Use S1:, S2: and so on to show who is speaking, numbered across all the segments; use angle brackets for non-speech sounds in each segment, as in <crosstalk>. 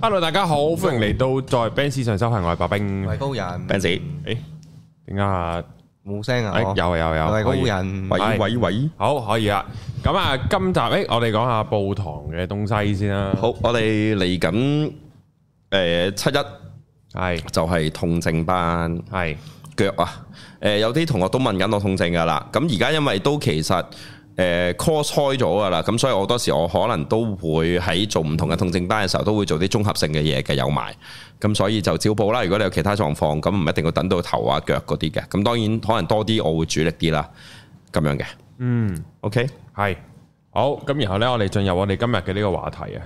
S1: Hello，大家好，歡迎嚟到在 Benz 上修行，我係白
S2: 嗯
S1: 冰。
S3: 喂，高人，
S2: Ben 仔，
S1: 誒，點解啊？
S2: 哦
S3: 冇聲啊
S2: 哎
S1: 誒，，有啊有啊有啊，
S3: 喂，高
S1: 可以
S3: 人，
S2: 喂
S1: 係
S2: 喂喂，
S1: 好可以啊。咁啊，今集誒，我哋講下報堂嘅東西先啦。
S2: 好，我哋嚟緊誒七一
S1: 係
S2: 就係痛症班
S1: 係
S2: 腳啊，誒、有啲同學都問緊我痛症噶啦，咁而家因為都其實。誒 course 開咗噶啦，咁所以我好多時我可能都會喺做唔同嘅痛症班嘅時候，都會做啲綜合性嘅嘢嘅有埋，咁所以就照報啦。如果你有其他狀況，咁唔一定要等到頭啊腳嗰啲嘅，咁當然可能多啲我會主力啲啦，咁樣嘅。
S1: 嗯。
S2: OK，
S1: 係好咁，然後呢，我哋進入我哋今日嘅呢個話題啊。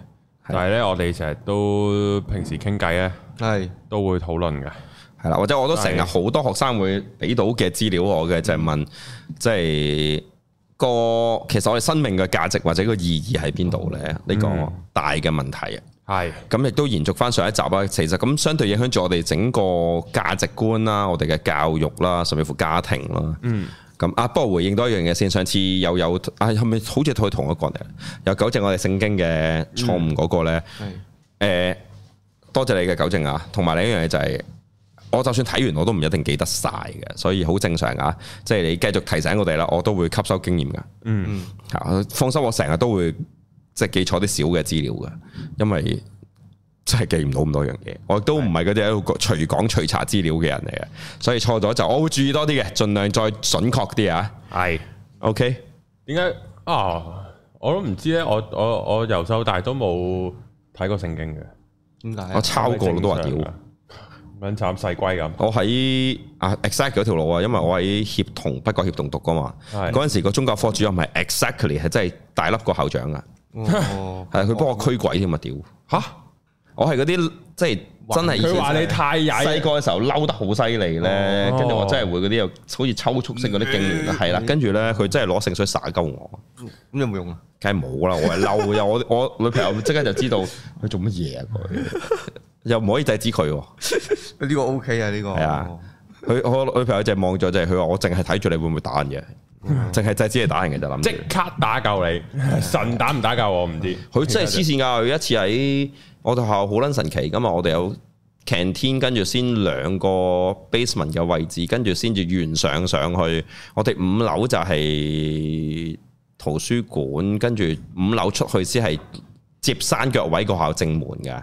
S2: 係
S1: 但係呢，我哋成日都平時傾偈呢，
S3: 係
S1: 都會討論嘅。
S2: 係啦，或者我都
S1: 係
S2: 成日好多學生會俾到嘅資料我嘅，就係、問即係個其實我哋生命嘅價值或者個意義喺邊度呢？呢、個大嘅問題啊！
S1: 係
S2: 咁亦都延續翻上一集啦。其實咁相對影響住我哋整個價值觀啦、我哋嘅教育啦，甚至乎家庭啦。嗯。咁啊，不過回應多一樣嘢先。上次又有啊，係咪好似佢同一個嚟？有糾正我哋聖經嘅錯誤嗰個呢。
S3: 係
S2: 誒、呃多謝你嘅糾正啊，同埋另一樣嘢就係、我就算睇完我都唔一定記得晒嘅，所以好正常啊。即係你繼續提醒我哋啦，我都會吸收經驗噶。
S1: 嗯
S2: 啊，放心，我成日都會即係記錯啲少嘅資料嘅，因為真係記唔到咁多樣嘢。我都唔係嗰啲喺度隨講隨查資料嘅人嚟嘅，所以錯咗就我會注意多啲嘅，盡量再準確啲啊。
S1: 係
S2: OK，
S1: 點解啊？我都唔知呢。我我我由細到大都冇睇過聖經嘅，
S3: 點解啊？
S2: 我抄過都話
S1: 係
S2: 屌
S1: 正常。㗎，撚慘細龜咁。
S2: 我喺啊 exact 嗰條路啊，因為我喺協同北角協同讀噶嘛，
S1: 係
S2: 嗰陣時個宗教科主任係 exactly 係真係大粒個校長啊，
S3: 哦
S2: <laughs> 係佢幫我驅鬼添啊屌！
S1: 吓，
S2: 我係嗰啲即係真係以前
S1: 佢話你太曳，
S2: 細個嘅時候嬲得好犀利咧
S1: 哦，嗯
S2: 跟住我真係會嗰啲又好似抽搐式嗰啲痙攣啦，係啦，跟住咧佢真係攞聖水灑鳩我，
S3: 咁有冇用啊？
S2: 梗係冇啦，我係嬲嘅，我我女朋友即刻就知道佢做乜嘢啊
S1: <laughs>
S2: 佢，又唔可以制止佢喎，
S3: 呢個 OK 啊，呢個
S2: 係啊佢我女朋友就係望咗就係佢話我淨係睇住你會唔會打人嘅，淨係制止你打人嘅就諗
S1: 即
S2: 住。
S1: 刻打救 <laughs> 你。神打唔打救我唔知。
S2: 佢真係黐線㗎！佢有一次喺我哋學校好撚神奇㗎嘛，我哋有 canteen，跟住先兩個 basement 嘅位置，跟住先至沿上上去。我哋五樓就係圖書館，跟住五樓出去先係接山腳位個學校正門㗎。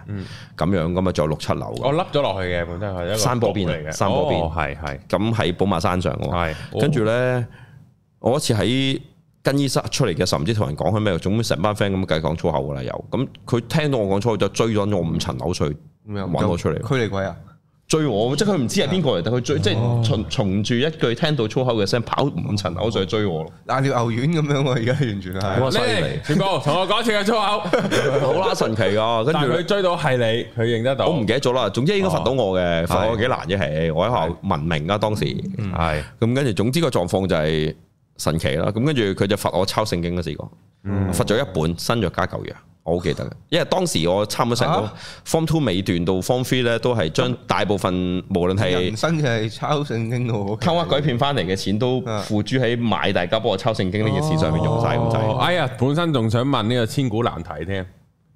S2: 咁、樣㗎嘛，仲有六七樓㗎。
S1: 我笠咗落去嘅，本身係一個
S2: 山坡邊啊
S1: 角嚟嘅，
S2: 山坡邊
S1: 哦係係
S2: 咁喺寶馬山上㗎嘛。
S1: 係。
S2: 跟住咧，我一次喺更衣室出嚟嘅時候，唔知同人講開咩，總之成班 friend 咁計講粗口噶啦，又咁佢聽到我講粗口就追咗我五層樓上，
S3: 咁又
S2: 搵我出嚟
S3: 驅你鬼啊！
S2: 追我，即係佢唔知係邊個嚟，但
S1: 哦
S2: 佢追，即係從從住一句聽到粗口嘅聲跑五層樓上去追我咯，
S3: 嗱，條牛丸咁樣喎，而家完全係
S2: 哇
S1: 你
S2: 犀
S1: 哋
S2: 利，
S1: 哦全部同我講一次嘅粗口，
S2: <laughs> 好啦神奇
S1: <laughs>
S2: 噶，跟
S1: 但係
S2: 住
S1: 佢追到係你，佢認得到。
S2: 我唔記得咗啦，總之應該罰到我嘅，罰我幾難啫，係我喺學校文明啊當時，咁
S1: 係
S2: 跟住總之個狀況就係神奇啦，咁跟住佢就罰我抄聖經嗰時講。罰咗一本新約加舊約，我好記得嘅，因為當時我差唔多成個
S3: 啊
S2: form two 尾段到 form three 咧，都係將大部分無論係
S3: 人生就係抄聖經嘅
S2: 偷
S3: 喎。
S2: 呃改騙翻嚟嘅錢，都付諸喺買大家幫我抄聖經呢件事上面用晒咁
S1: 哦
S2: 滯。
S1: 哎呀，本身仲想問呢個千古難題添，
S3: 哦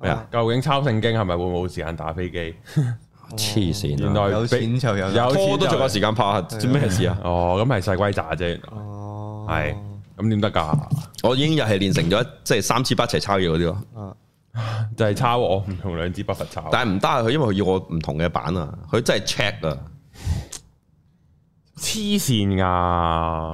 S2: 咩啊？
S1: 究竟抄聖經係咪會冇時間打飛機？
S2: 黐線
S1: 原
S2: 啊！
S1: 來
S3: 有
S1: 俾
S3: 錢就有
S1: 有
S2: 拖
S1: 錢
S2: 都仲有時間拍，咩事啊？
S1: 哦，咁係細龜咋啫，原來
S3: 哦
S1: 係咁點得㗎？
S2: 我已經又係練成咗即係三支筆一齊抄嘢嗰啲咯，
S3: 啊
S1: 就係抄我唔用兩支筆罰抄，
S2: 但係唔得啊！佢因為佢要我唔同嘅版啊，佢真係 check 啊，
S1: 黐線㗎，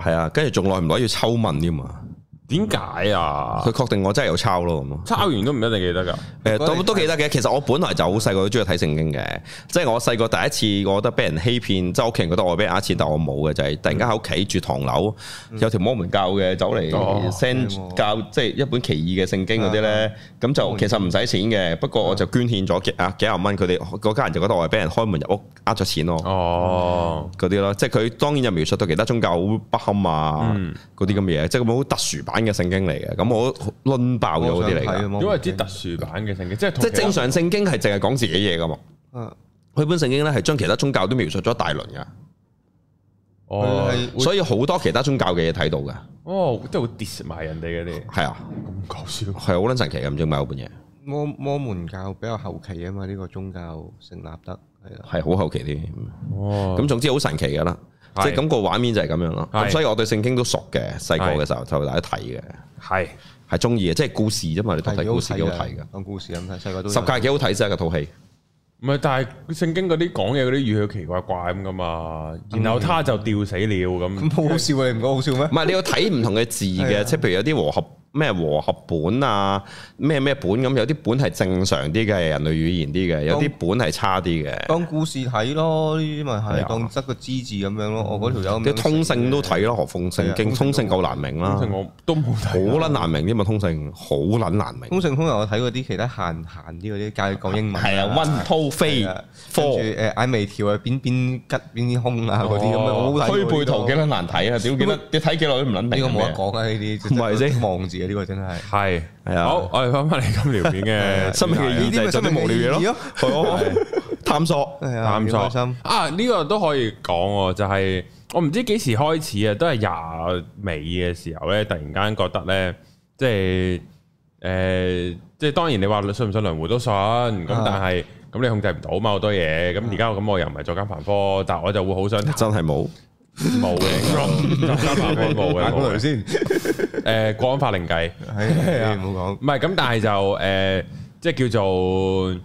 S2: 係啊，跟住仲耐唔耐要抽問添啊！
S1: 點解啊
S2: 佢？確定我真係有抄咯咁咯。
S1: 抄完都唔一定記得㗎。
S2: 誒
S3: 如果
S2: 都
S3: 你
S2: 呃都記得嘅，其實我本來就好細個都中意睇聖經嘅，即係我細個第一次，我覺得俾人欺騙，即係屋企人覺得我俾人呃錢，但我冇嘅，就係、突然間喺屋企住唐樓，有條摩門教嘅走嚟
S1: 哦
S2: send 教，即係一本奇異嘅聖經嗰啲咧，咁就其實唔使錢嘅，不過我就捐獻咗幾啊幾廿蚊，佢哋嗰家人就覺得我係俾人開門入屋呃咗錢咯。
S1: 哦，
S2: 嗰啲咯，即係佢當然就描述到其他宗教好不堪啊，嗰啲咁嘅嘢，即係咁好特殊版嘅聖經嚟嘅，咁我攆爆咗嗰啲嚟㗎。
S3: 啊嗯
S1: 因為啲特殊版嘅聖經，即係同
S2: 即係正
S1: 其
S2: 常聖經係淨係講自己嘢噶嘛，
S3: 啊，
S2: 佢本聖經咧係將其他宗教都描述咗一大輪噶，
S1: 他哦，
S3: 佢係
S1: 會
S2: 所以好多其他宗教嘅嘢睇到噶，
S1: 哦，即係會 diss 埋人哋嗰啲，
S2: 係啊，
S1: 咁搞笑。
S2: 係好撚神奇嘅，唔知點解嗰本嘢，
S3: 摩摩門教比較後期啊嘛，呢、個宗教成立得係啦，
S2: 係好後期啲。
S1: 哦，
S2: 咁總之好神奇噶啦，即
S1: 係
S2: 係咁個畫面就係咁樣咯。
S1: 係
S2: 咁所以我對聖經都熟嘅，細個嘅時候就大家睇嘅，
S1: 係
S2: 係中意嘅，即係故事啫嘛。你當睇故事幾
S1: 啊
S2: 好
S3: 嘅
S2: 睇噶，
S3: 講啊故事咁睇，細個都
S2: 十
S3: 有
S2: 戒幾好睇啫，個套戲。
S1: 唔係？但係聖經嗰啲講嘢嗰啲語氣奇怪怪咁噶嘛，然後他就吊死了
S3: 咁
S1: 咁。
S3: 好好笑啊！你唔覺得好笑咩
S2: 唔？係你要睇唔同嘅字
S3: 係啊
S2: 嘅，即係譬如有啲和合咩和合本啊，咩咩本咁，有啲本係正常啲嘅，人類語言啲嘅，有啲本係差啲嘅，
S3: <laughs> 當故事睇咯，呢啲咪
S2: 係
S3: 係
S2: 啊
S3: 當執個知字咁樣咯。我嗰條友咁
S2: 啲
S3: 樣
S2: 通
S3: 寫
S2: 勝都睇啦，何
S3: 係啊
S2: 況聖經
S3: 通
S2: 通
S3: 勝
S2: 勝夠難明啦
S1: 通，常我都冇
S2: 好
S1: 睇，
S2: 啊撚難明添嘛，通勝好撚難
S3: 通
S2: 明，
S3: 勝通常我睇嗰啲其他閒閒啲嗰啲教你講英文，
S2: 係啊，one two 飛
S3: 係啊跟住
S2: four
S3: 誒眼眉條啊，邊邊吉邊啲胸啊嗰啲咁樣，好好睇喎。
S2: 推背圖幾
S3: 呢
S2: 撚難睇啊！屌幾撚你睇幾耐都唔撚明
S3: 個呢
S2: 係
S3: 個
S2: 咩
S3: 冇得講啊！呢啲
S2: 唔係啫
S3: 望字啊！呢個真係
S1: 係
S2: 係啊
S1: 好，我哋翻返嚟今聊片嘅
S2: 生命嘅
S1: 主題
S2: 意
S1: 啊
S2: 義就係做啲
S3: 呢啲咪生命
S2: 無聊嘢
S3: 嘅意義
S2: 咯
S3: 咯，
S2: 係 <laughs> 咯啊探索。
S3: 係啊，
S1: 探
S3: 幾開
S1: 索
S3: 心。
S1: 啊！呢、個都可以講喎，就係、我唔知幾時開始啊，都係廿尾嘅時候咧，突然間覺得咧，即係誒、呃即係當然你話信唔信輪迴都信，咁
S3: 啊
S1: 但係咁你控制唔到嘛好多嘢，咁而家咁我又唔係作奸犯科，但我就會好想
S2: 真係冇，
S1: 冇嘅，作奸犯科冇嘅，
S3: 打個
S1: 冇
S2: <laughs>
S3: 雷
S1: 嘅
S3: 先，
S1: 誒國安法另計。
S3: 係你唔好講。
S1: 唔係咁，但係就誒、呃即係叫做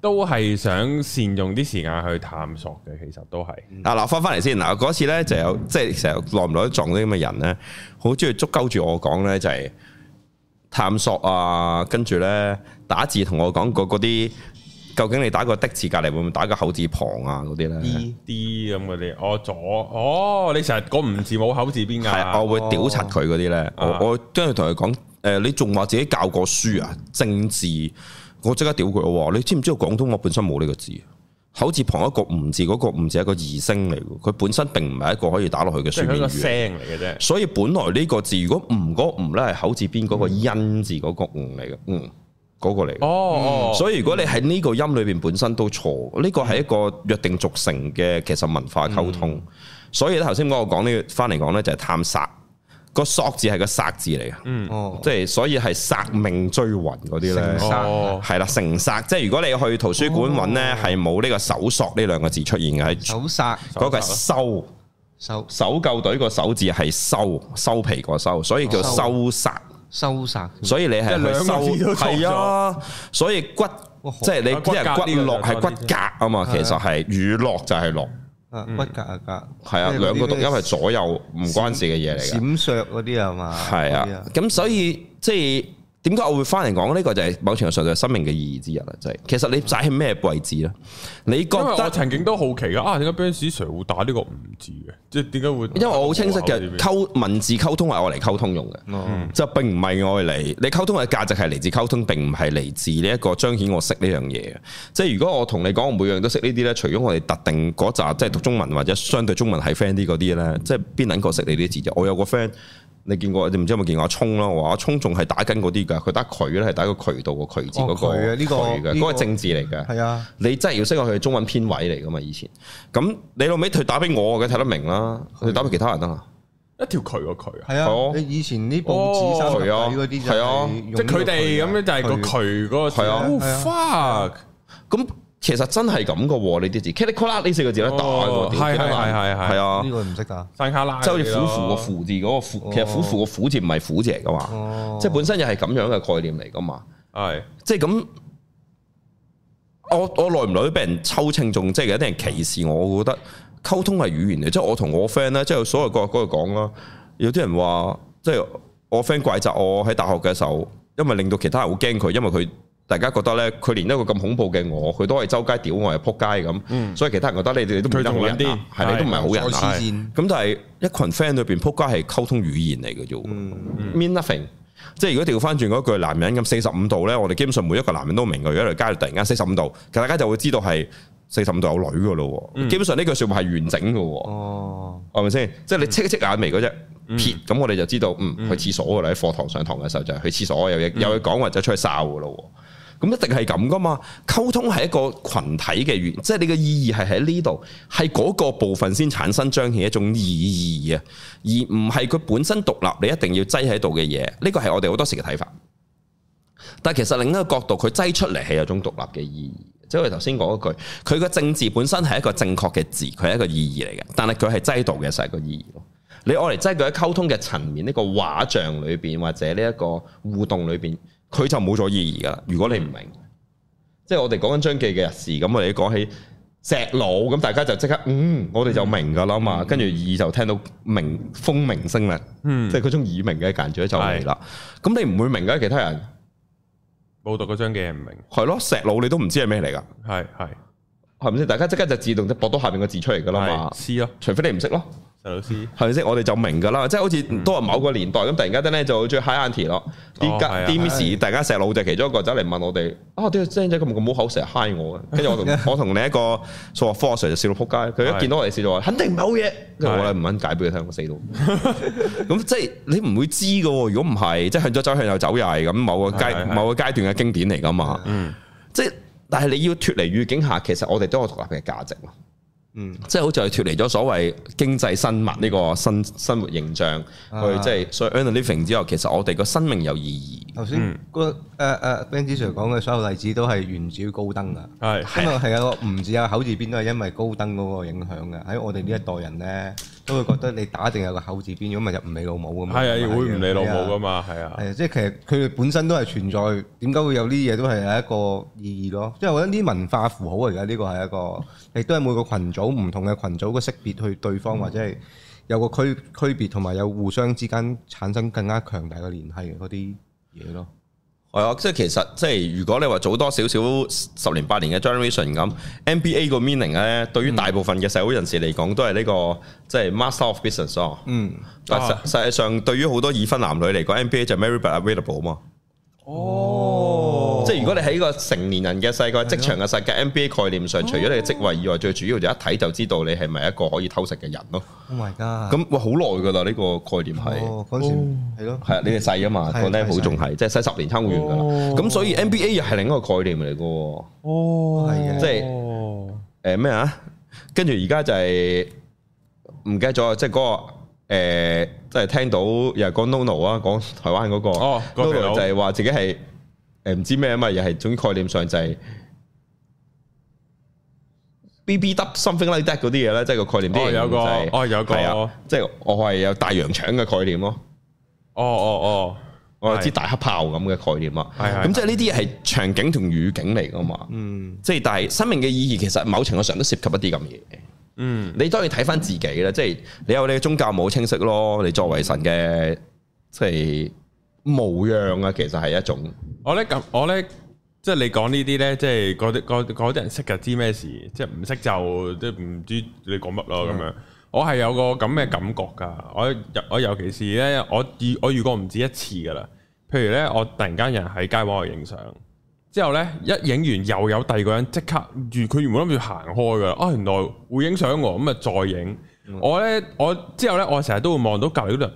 S1: 都係想善用啲時間去探索嘅，其實都係
S2: 啊嗱，翻翻嚟先嗱，嗰次咧就有即係成日耐唔耐都撞到啲咁嘅人咧，好中意捉鳩住我講咧就係、探索啊，跟住咧打字同我講過嗰啲，究竟你打個的字隔離會唔會打個口字旁啊嗰啲咧？
S3: E
S1: D 咁嗰啲。我左哦，你成日嗰五字冇口字邊
S2: 係
S1: 㗎，
S2: 我會屌柒佢嗰啲咧，我
S1: 哦啊
S2: 我跟住同佢講誒，你仲話自己教過書啊？政治，我即刻屌佢我話你知唔知道廣東話本身冇呢個字？口字旁一個唔字，嗰、個唔字係一個異聲嚟嘅，佢本身並唔係一個可以打落去嘅
S1: 即
S2: 書
S1: 係佢
S2: 面
S1: 個
S2: 語。
S1: 聲嚟嘅啫。
S2: 所以本來呢個字，如果唔嗰個唔咧係口字邊嗰
S1: 嗯
S2: 個音字嗰個唔嚟嘅，嗯，嗰、個嚟嘅。
S1: 哦，
S2: 嗯所以如果你喺呢個音裏邊本身都錯，呢個係一個約定俗成嘅其實文化溝通。所以咧頭先我講呢翻嚟講呢，就係探索個索字係個殺字嚟嘅，
S3: 哦，
S2: 即係所以係殺命追魂嗰啲
S3: 成
S2: 呢。
S3: 殺
S1: 哦，
S2: 係啦，成殺即係如果你去圖書館揾呢，係冇呢個搜索呢兩個字出現嘅，係
S3: 手殺
S2: 嗰個係收。
S3: 手
S2: 搜救隊個手字係收收皮個收，所以叫收殺。
S3: 收殺，
S2: 所以你係
S1: 即係兩個
S2: 去收
S1: 字都錯咗
S2: 係啊，所以骨
S3: 哇
S2: 即係你
S1: 骨
S2: 啲人骨
S1: 格呢個
S2: 落
S1: 就係
S2: 係骨骼啊嘛，其實係乳落就係落，
S3: 啊骨格啊格，
S2: 係啊，
S3: 即係嗰啲
S2: 兩個讀
S3: 咩
S2: 音係左右唔關事嘅嘢嚟嘅，
S3: 閃烁嗰啲啊嘛，嗰
S2: 係
S3: 啲
S2: 啊，咁所以即係。點解我會翻嚟講呢個就係某程度上就係生命嘅意義之一啦，就係、其實你踩喺咩位置咧？你覺
S1: 因為我
S2: 得
S1: 曾經都好奇㗎，啊點解 Ben Sir 會打呢個五字嘅？即係點解會？
S2: 因為我好清晰
S1: 冇
S2: 嘅
S1: 口字邊
S2: 溝文字溝通係我嚟溝通用嘅，
S3: 哦
S2: 就並唔係愛嚟，你溝通嘅價值係嚟自溝通，並唔係嚟自呢一個彰顯我識呢樣嘢嘅。即係如果我同你講我每樣都識呢啲呢，除咗我哋特定嗰扎即係讀中文或者相對中文係 friend 啲嗰啲呢，即係邊撚個識你啲字啫？我有個 friend，你見過你唔知有冇見過阿聰咯？我話阿聰仲係打緊嗰啲㗎，佢打渠咧係打個渠道個渠字嗰個
S3: 哦渠啊呢個
S2: 渠嘅，
S3: 呢個
S2: 嗰個政治嚟㗎。
S3: 係啊。
S2: 你真係要識佢嘅中文編位嚟㗎嘛？以前咁你老尾佢打俾我嘅睇得明啦，佢打俾其他人得啊啦。
S1: 一條渠個渠啊，
S3: 係
S2: 係
S3: 啊
S2: 啊，
S3: 你以前啲報紙三合底嗰啲就
S2: 哦係啊
S3: 係用呢
S1: 即
S3: 個
S1: 係佢哋咁樣就係個
S3: 渠
S1: 渠嗰個字。
S2: 係啊
S1: 哦 fuck！
S2: 咁其實真係咁噶喎，呢啲字 c a t a c o l a 呢四個字咧打
S1: 哦
S2: 嘅喎，
S1: 係係係係係嗯啊
S2: 係啊
S3: 呢，個唔識㗎。
S1: 山卡拉嗰
S2: 即
S1: 啲
S2: 係
S1: 咯，
S2: 好似虎符個符字嗰個符，其
S1: 哦
S2: 實虎符個符字唔係虎字嚟噶嘛，
S3: 哦，
S2: 即係本身又係咁樣嘅概念嚟噶嘛，
S1: 係
S2: 即係咁。我我耐唔耐都俾人抽稱中，即係有啲人歧視我，我覺得溝通係語言嚟，即係我同我 friend 咧，即係所謂各嗰度講啦，有啲人話即係我 friend 怪責我喺大學嘅時候，因為令到其他人好驚佢，因為佢大家覺得咧，佢連一個咁恐怖嘅我，佢都可以周街屌我係撲街咁，所以其他人覺得你哋都唔係好人啊，
S1: 佢仲撚癲
S2: 係你都唔係好人
S3: 再
S2: 啊
S3: 黐。線，
S2: 咁但係一群 friend 裏邊撲街係溝通語言嚟嘅啫喎，mean nothing。即係如果調翻轉嗰句男人咁四十五度咧，我哋基本上每一個男人都明佢，如果條街度突然間四十五度，大家就會知道係四十五度有女嘅咯喎。基本上呢句説話係完整嘅喎，
S3: 哦，
S2: 係咪先？即係你戚一戚眼眉嗰只撇，咁我哋就知道，嗯，去廁所嘅啦。喺課堂上堂嘅時候就係去廁所，有嘢有嘢講或者出去哨嘅咯喎。咁一定係咁噶嘛？溝通係一個群體嘅語言，即係你嘅意義係喺呢度，係嗰個部分先產生彰顯一種意義啊，而唔係佢本身獨立，你一定要擠喺度嘅嘢。呢個係我哋好多時嘅睇法。但係其實另一個角度，佢擠出嚟係有種獨立嘅意義。即係我哋頭先講嗰句，佢個政治本身係一個正確嘅字，佢係一個意義嚟嘅。但係佢係擠度嘅，就係一個意義咯。你愛嚟擠佢喺溝通嘅層面，呢、個畫像裏邊或者呢一個互動裏邊，佢就冇咗意義噶啦。如果你唔明，即係我哋講緊張記嘅日事，咁我哋講起石佬，咁大家就即刻嗯，我哋就明噶啦嘛。跟住耳就聽到明風鳴聲啦，
S1: 嗯
S2: 即係嗰種耳鳴嘅間距就嚟啦。咁你唔會明嘅，其他人。
S1: 冇讀嗰張嘅唔明，
S2: 係咯，石佬你都唔知係咩嚟噶，
S1: 係係
S2: 係咪先？大家即刻就自動就搏到下面個字出嚟噶啦嘛
S1: 係，C 咯，
S2: 除非你唔識咯，哦
S1: 陳老師
S2: 係咪先？我哋就明噶啦，即係好似都係某個年代咁，突然間咧就最 high auntie 咯，啲
S1: 係啊
S2: 家啲
S1: 係
S2: miss 大家石佬就其中一個走嚟問我哋，啊啲僆仔咁咁冇口成日 high 我 <laughs> 嘅，跟住我同我同另一個數學科阿 Sir 就笑到仆街，佢一見到我哋笑就話肯定唔係好嘢，跟住我咧唔肯解俾佢聽，我死到， <laughs> 咁即係你唔會知噶喎，如果唔係，即係向左走向右走又係咁，某個
S1: 係
S2: 階
S1: 係
S2: 某個階段嘅經典嚟噶嘛。
S1: 嗯
S2: 即係，但係你要脱離語境下，其實我哋都有獨立嘅價值咯。
S3: 嗯，
S2: 即係好似係脱離咗所謂經濟生物呢個生生活形象，
S3: 啊
S2: 去即係所以 earn a living 之後，其實我哋個生命有意義。
S3: 頭
S1: 嗯
S3: 先嗰誒誒 Ben 子 Sir 講嘅所有例子都係源自於高登噶，啊
S1: 係
S3: 因為係有個唔止有口字邊都係因為高登嗰個影響嘅。喺我哋呢一代人咧，都會覺得你打定有個口字邊，如果咪就唔理老母咁嘛。
S1: 係啊，會唔理老母
S3: 係
S1: 噶
S3: 啊
S1: 嘛，係啊，
S3: 係啊，即係其實佢哋本身都係存在，點解會有呢啲嘢都係有一個意義咯？即係我覺得呢啲文化符號嚟啊㗎，呢個係一個，亦都係每個群組唔同嘅群組嘅識別去對方，或者係有個區區別，同埋有互相之間產生更加強大嘅聯繫嘅嗰啲嘢咯。
S2: 係啊，即係其實即係如果你話早多少少十年八年嘅 generation 咁，MBA 個 meaning 咧，對於大部分嘅社會人士嚟講，都係呢個即係 master of business 咯。
S3: 嗯，
S2: 但實實際上對於好多已婚男女嚟講，MBA 就 married but available 啊嘛。
S1: 哦
S2: 即係如果你喺個成年人嘅世界、職場嘅世界、NBA 概念
S3: 哦
S2: 上，除咗你嘅職位以外，最主要就一睇就知道你係咪一個可以偷食嘅人咯。
S3: Oh my god！
S2: 咁哇，好耐噶啦呢個概念係。
S3: 哦嗰陣時係咯，
S2: 係啊，你哋細啊嘛，
S3: 係哦
S2: 個 level
S3: 細
S2: 仲係即係細十年抽完噶啦，咁所以 NBA 又係另一個概念嚟噶喎。
S1: 哦
S3: 係啊
S2: 即係
S1: 係
S2: 誒咩啊？跟住而家就係唔記得咗，即係嗰個誒，即係聽到又係講 Nono 啊，講台灣嗰個
S1: 哦嗰個肥佬
S2: Nono 就係話自己係誒唔知咩啊嘛，又係總概念上就係 B B d something like that 嗰啲嘢咧，即係個概念啲
S1: 哦
S2: 嘢
S1: 有個
S2: 就係
S1: 哦有個
S2: 係啊即係我係有大洋腸嘅概念咯。
S1: 哦哦
S2: 我有支大黑炮咁嘅概念啦，
S1: 係係
S2: 咁即係呢啲係場景同語境嚟噶嘛，
S3: 嗯，
S2: 即係但係生命嘅意義其實某程度上都涉及一啲咁嘅嘢。
S1: 哦，嗯
S2: 你當然睇翻自己啦，即係你有你嘅宗教冇清晰咯，你作為神嘅即係模樣啊，其實係一種
S1: 我咧咁我咧。即係你講呢啲咧，即係嗰啲嗰嗰啲人識就知咩事，即係唔識就即係唔知你講乜咯咁樣。我係有個咁嘅感覺㗎，我我尤其是咧，我遇我遇過唔止一次㗎啦。譬如咧，我突然間有人喺街幫我影相，之後咧一影完又有第二個人即刻原佢原本諗住行開㗎，啊原來會影相喎，咁啊再影。
S2: 嗯
S1: 我咧我之後咧，我成日都會望到隔離嗰度。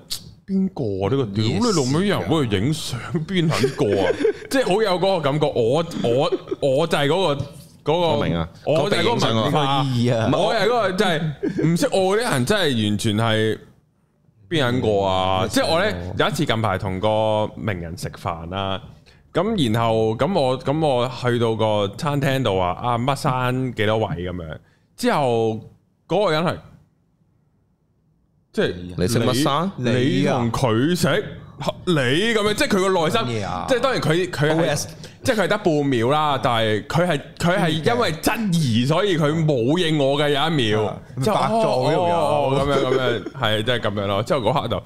S1: 邊個啊呢個屌你老味人會影相邊撚個
S2: <laughs>
S1: 啊！即係好有嗰個感覺，我我我就係嗰、個嗰、個，
S2: 我明啊
S1: 我就係嗰
S2: 嗰
S1: 個
S2: 個影
S1: 文
S2: 相
S1: 化
S3: 個意義啊
S1: 唔係我係嗰個真係唔識我嗰啲人真係完全係邊撚個啊！即係我咧有一次近排同個名人食飯啦。咁然後咁我咁我去到個餐廳度話啊乜山幾多位咁樣，之後嗰個人係即係
S2: 你食乜生
S1: 你你同佢食你咁樣，即係佢個內
S3: 乜
S1: 心
S3: 嘢啊，
S1: 即係當然佢佢係
S2: OS
S1: 即係佢係得半秒啦，但係佢係佢係
S3: 嗯
S1: 因為質疑，所以佢冇應我嘅有一秒
S3: 啊，
S1: 之後
S3: 白
S1: 哦
S3: 做呢條友
S1: 哦哦咁樣咁樣，係即係咁樣咯。之後嗰刻就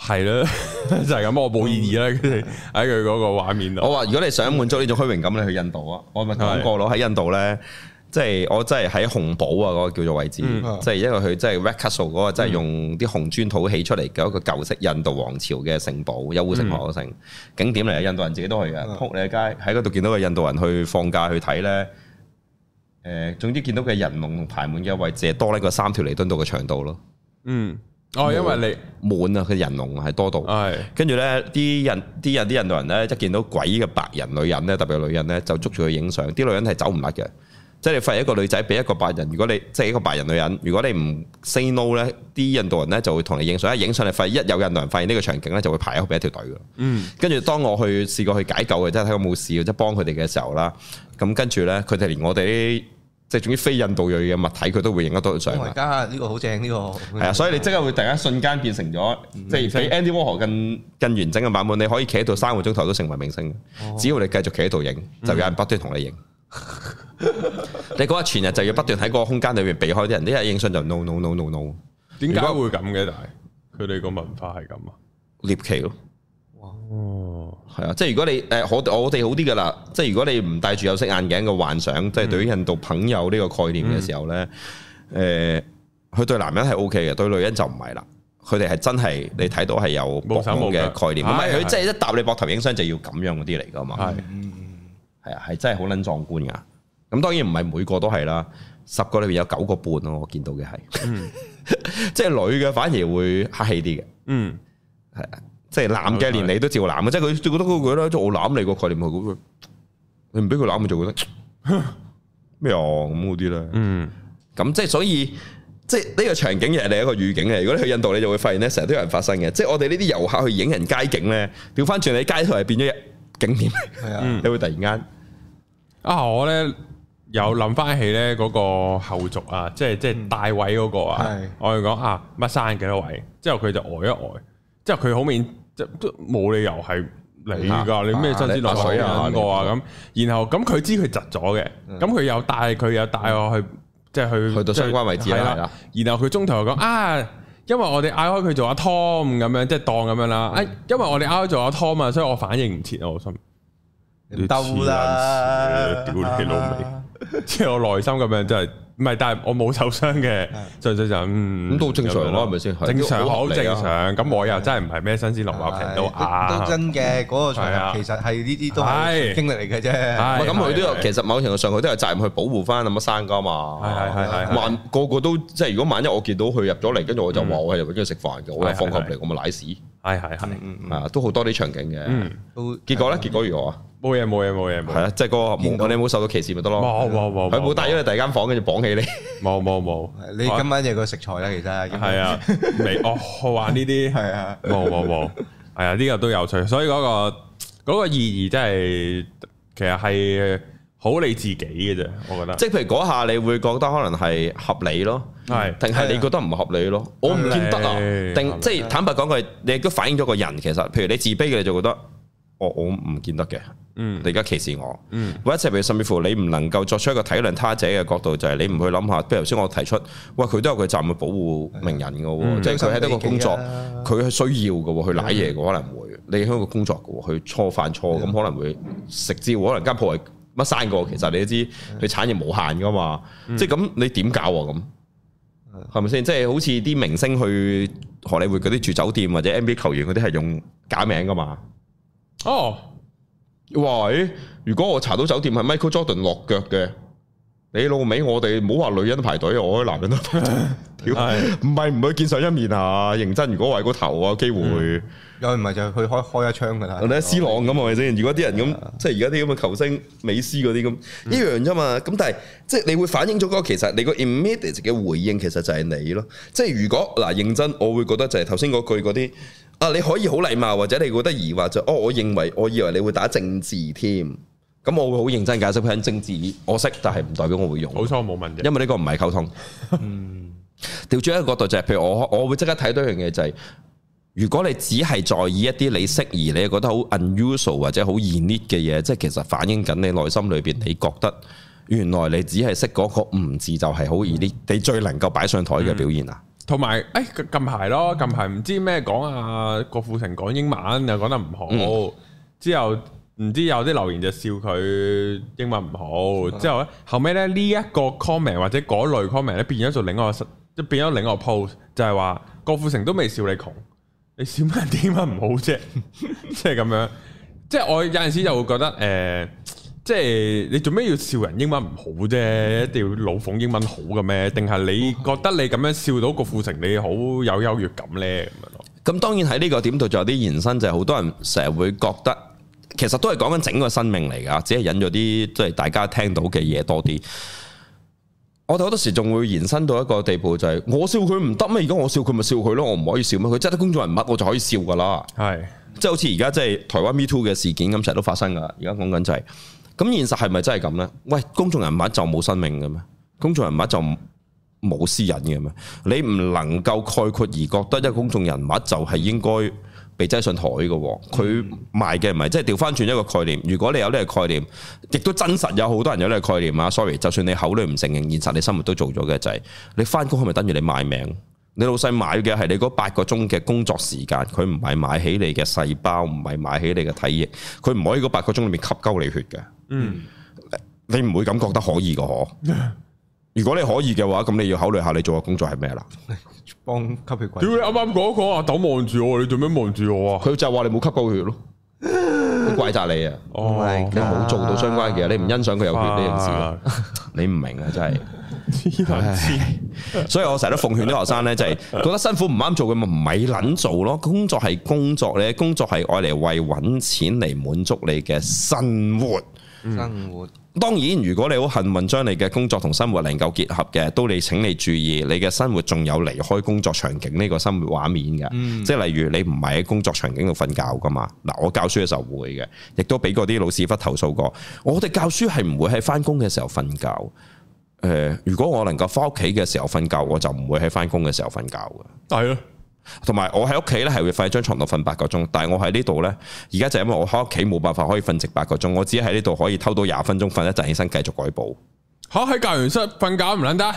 S1: 係啦， <laughs> 就係咁，我冇意義
S3: 嗯
S1: 啦。跟住喺佢嗰個畫面
S3: 哦
S1: 度，
S2: 我話如果你想滿足呢種虛榮感，你去印度啊！我咪講過咯，喺印度咧，即係我真係喺紅堡啊嗰個叫做位置，
S1: 嗯
S2: 即係因為佢即係 Red Castle 嗰個，即係用啲紅磚土起出嚟嘅一個舊式印度王朝嘅城堡，有護城河嘅城景點嚟啊嘅，印度人自己都去嘅，
S3: 嗯
S2: 撲你街喺嗰度見到個印度人去放假去睇咧。誒，總之見到嘅人龍同排滿嘅位置係多呢個三條彌敦道嘅長度咯，
S1: 嗯，哦，因為
S2: 滿啊！佢人龍係多到
S1: 你。係
S2: 跟住咧，啲人啲人啲印度人咧，一見到鬼嘅白人女人咧，特別係女人咧，就捉住佢影相。啲女人係走唔甩嘅，即係你發現一個女仔俾一個白人，如果你即係一個白人女人，如果你唔 say no 咧，啲印度人咧就會同你影相，一影相你發現一有印度人發現呢個場景咧，就會排喺後邊一條隊噶啦。
S1: 嗯，
S2: 跟住當我去試過去解救嘅，即係睇佢冇事，即係幫佢哋嘅時候啦。咁跟住咧，佢哋連我哋啲即係總之非印度裔嘅物體，佢都會影得到相
S3: 我而
S2: 㗎。
S3: 家 Oh 呢個好正呢個，
S2: 係啊，所以你即刻會突然間瞬間嗯變成咗，即係比 Andy Warhol 更更完整嘅版本，你可以企喺度三個鐘頭都成為明星嘅。只要你繼續企喺度影，就有人不斷同 <laughs> 你影。你嗰日全日就要不斷喺嗰個空間裏面避開啲人，啲人影相就 no no no no no
S1: 點解
S2: 如
S1: 會咁嘅？但係佢哋個文化係咁啊。
S2: 獵奇咯。
S1: 哦，
S2: 係啊，即係如果你誒、我我哋好啲噶啦，即係如果你唔戴住有色眼鏡嘅幻想，
S1: 嗯
S2: 即係對於印度朋友呢個概念嘅時候呢，誒、
S1: 嗯
S2: 佢對男人係 O K 嘅，對女人就唔係啦。佢哋係真係你睇到係有
S1: 嗯冇手
S2: 搏
S1: 冇腳
S2: 嘅概念，唔
S1: 係
S2: 係佢
S1: 係
S2: 即係一搭你膊頭影相就要咁樣嗰啲嚟噶嘛。
S1: 係
S3: 嗯
S2: 係啊，係真係好撚壯觀噶。咁當然唔係每個都係啦，十個裏面有九個半咯，我見到嘅係， <laughs> 即係女嘅反而會客氣啲嘅。
S1: 嗯，
S2: 即係男嘅連你都照攬嘅，即係佢覺得佢覺得即係我攬你個概念係咁，你唔俾佢攬佢就覺得咩啊 <laughs> 咁嗰啲咧。
S1: 嗯，
S2: 咁即係所以，即係呢個場景又係另一個預警嚟。如果你去印度，你就會發現咧，成日都有人發生嘅。即係我哋呢啲遊客去影人街景咧，調翻轉你街頭係變咗景點， <laughs>
S3: 係啊，
S1: 嗯
S2: 你會突然間
S1: 啊，我咧有諗翻起咧嗰個後續啊，即係即
S2: 嗯
S1: 係大位嗰個啊
S3: 係，
S1: 我哋講啊乜生幾多位，之後佢就呆一呆，之後佢好面即都冇理由係你
S2: 啊
S1: 㗎，你咩新鮮落水
S2: 啊
S1: 啊
S2: 你
S1: 邊個啊咁，然後咁佢知佢窒咗嘅，咁佢又帶佢又帶我去即係去
S2: 嗯去到相關位置啦
S1: 係
S2: 係啦
S1: 然後佢中途又講啊，因為我哋嗌開佢做阿 Tom 咁樣，即係當咁樣啦。哎，因為我哋嗌開做阿 Tom 啊，所以我反應唔切啊，我心。
S3: 唔兜啦，
S1: 你黐撚線屌你老味即係我內心咁樣，真係唔係，但係我冇受傷嘅，就就就嗯
S2: 咁都正常咯
S1: 咁樣
S2: 係咪先係
S1: 正常
S2: 好
S1: 好
S2: 合理
S1: 正
S2: 啊
S1: 常，咁我又真係唔係咩新鮮蘿蔔皮都
S3: 係都
S1: 啱，
S3: 真嘅，嗰個
S1: 係啊
S3: 場合其實係呢啲都係
S1: 係
S3: 經歷嚟嘅啫，
S1: 係
S2: 咁佢都有，
S1: 係
S2: 其實某程度上佢都有責任去保護翻阿乜生噶嘛。
S1: 係係係係係
S2: 萬個個都即係如果萬一我見到佢入咗嚟，跟住我就話我係入咗食飯嘅，我話
S1: 係係
S2: 放佢
S1: 嗯係
S2: 入嚟，我咪奶屎。
S1: 係係係，
S2: 啊，都好多啲場景嘅
S1: 嗯。
S3: 都
S2: 結果咧，結果如何啊？
S1: 冇嘢冇嘢冇嘢
S2: 係
S1: 冇嘢，
S2: 啊，即係嗰個
S3: 見到
S2: 冇你冇受到歧視咪得咯。
S1: 冇冇冇，
S2: 佢冇帶咗你第二間房，跟住綁起 <laughs> 你。
S1: 冇冇冇，
S3: 你今晚有個食材啦，其實應該
S1: 係啊，未哦我玩呢啲
S3: 係啊，
S1: 冇冇冇，係啊，呢個都有趣，所以嗰個嗰個意義真係其實係好你自己嘅啫，我覺得
S2: 即係譬如嗰下，你會覺得可能係合理咯，
S1: 係
S2: 定係你覺得唔合理咯？我唔見得啊
S1: 合理！合
S2: 定
S1: 理
S2: 即係坦白講句，你亦都反映咗個人其實，譬如你自卑嘅，你就覺得我我唔見得嘅，
S1: 嗯
S2: 你而家歧視我。
S1: 嗯
S2: 或者譬如甚至乎你唔能夠作出一個體諒他者嘅角度，就係、你唔去諗下，譬如頭先我提出，喂佢都有佢責任去保護名人嘅喎，即係嗯佢喺呢個工作，佢係需要嘅喎，佢舐嘢嘅可能會，你喺個工作嘅喎，佢初犯錯咁可能會食蕉，可能間鋪係乜生過，其實你都知佢產業無限噶嘛，即係咁你點搞啊咁？係咪先？即係好似啲明星去荷里活嗰啲住酒店或者 NBA 球員嗰啲係用假名噶嘛？
S1: 哦。
S2: 喂，如果我查到酒店係 Michael Jordan 落腳嘅，你老味我哋唔好話女人排隊，我啲男人都排隊屌，
S1: 係
S2: 唔係唔去見上一面啊！認真，如果為個頭啊，有機會，
S3: 又唔係就去開開一槍噶啦，
S2: 我哋 C 朗咁係咪先？如果啲人咁，即係而家啲咁嘅球星、美斯嗰啲咁一樣啫嘛。咁但係即係你會反映咗嗰個其實你個 immediate 嘅回應其實就係你咯。即係如果嗱認真，我會覺得就係頭先嗰句嗰啲啊，你可以好禮貌或者你覺得疑惑就哦，我認為我以為你會打政治添，咁我會好認真解釋佢政治我識，但係唔代表我會用。
S1: 好彩我冇問啫。
S2: 因為呢個唔係溝通。調轉一個角度就係、譬如我我會即刻睇到一樣嘢就係、如果你只係在意一啲你適宜，你覺得好 unusual 或者好 unique 嘅嘢，即係其實反映緊你內心裏邊，你覺得原來你只係識嗰個唔字就係好 unique，你最能夠擺上台嘅表現啊！
S1: 同埋，誒近排咯，近排唔知咩講啊，郭富城講英文啊又講得唔好，之後唔知有啲留言就笑佢英文唔好，之後咧後尾咧呢一個 comment 或者嗰類 comment 咧變咗做另外一個即係變咗另外一個 post，就係話郭富城都未笑你窮，你笑乜人哋英文唔好啫？ <laughs> 即係咁樣，即係我有陣時就會覺得誒。呃即係你做咩要笑人英文唔好啫？一定要老諷英文好嘅咩？定係你
S2: 哦
S1: 覺得你咁樣笑到郭富城，你好有優越感呢？咁樣咯，
S2: 咁當然喺呢個點度仲有啲延伸，就係、好多人成日會覺得，其實都係講緊整個生命嚟㗎，只係引咗啲即係大家聽到嘅嘢多啲。我哋好多時仲會延伸到一個地步，就係、我笑佢唔得咩？而家我笑佢咪笑佢咯，我唔可以笑咩？佢真係公眾人物，我就可以笑噶啦。
S1: 係
S2: 即係好似而家即係台灣 Me Too 嘅事件咁，成日都發生噶。而家講緊就係、咁現實係咪真係咁呢？喂，公眾人物就冇生命嘅咩？公眾人物就冇私隱嘅咩？你唔能夠概括而覺得一個公眾人物就係應該被擠上台嘅喎。佢賣嘅唔係即係調翻轉一個概念。如果你有呢個概念，亦都真實有好多人有呢個概念啊。Sorry，就算你口裏唔承認，現實你生活都做咗嘅就係、你翻工係咪等於你賣命？你老細買嘅係你嗰八個鐘嘅工作時間，佢唔係買起你嘅細胞，唔係買起你嘅體液，佢唔可以嗰八個鐘裏面吸鳩你血嘅。
S1: 嗯，
S2: 你唔會咁覺得可以嘅嗬？如果你可以嘅話，咁你要考慮下你做嘅工作係咩啦。
S3: 幫吸血鬼
S1: 屌你啱啱講講阿豆望住我，你做咩望住我啊？
S2: 佢就話你冇吸夠血咯，佢怪責你啊！
S1: 哦
S3: my
S2: 你冇做到相關嘅，你唔欣賞佢有血呢件事啊， <laughs> 你唔明啊，真係。
S1: 件事，黐撚線
S2: 所以我成日都奉勸啲學生呢，就係覺得辛苦唔啱做嘅咪咪撚做咯。工作係工作咧，工作係愛嚟為揾錢嚟滿足你嘅生活。
S3: 生活，
S2: 當然，如果你好幸運將你嘅工作同生活能夠結合嘅，都你請你注意，你嘅生活仲有離開工作場景呢個生活畫面嘅，即係例如你唔係喺工作場景度瞓覺噶嘛。嗱，我教書嘅時候會嘅，亦都俾嗰啲老屎忽投訴過，我哋教書係唔會喺翻工嘅時候瞓覺。誒、如果我能夠翻屋企嘅時候瞓覺，我就唔會喺翻工嘅時候瞓覺嘅。
S1: 係咯，
S2: 同埋我喺屋企咧係會瞓喺張床度瞓八個鐘，但係我喺呢度呢，而家就因為我喺屋企冇辦法可以瞓直八個鐘，我只喺呢度可以偷到廿分鐘瞓一陣起身繼續改報。
S1: 吓喺教員室瞓覺唔撚得，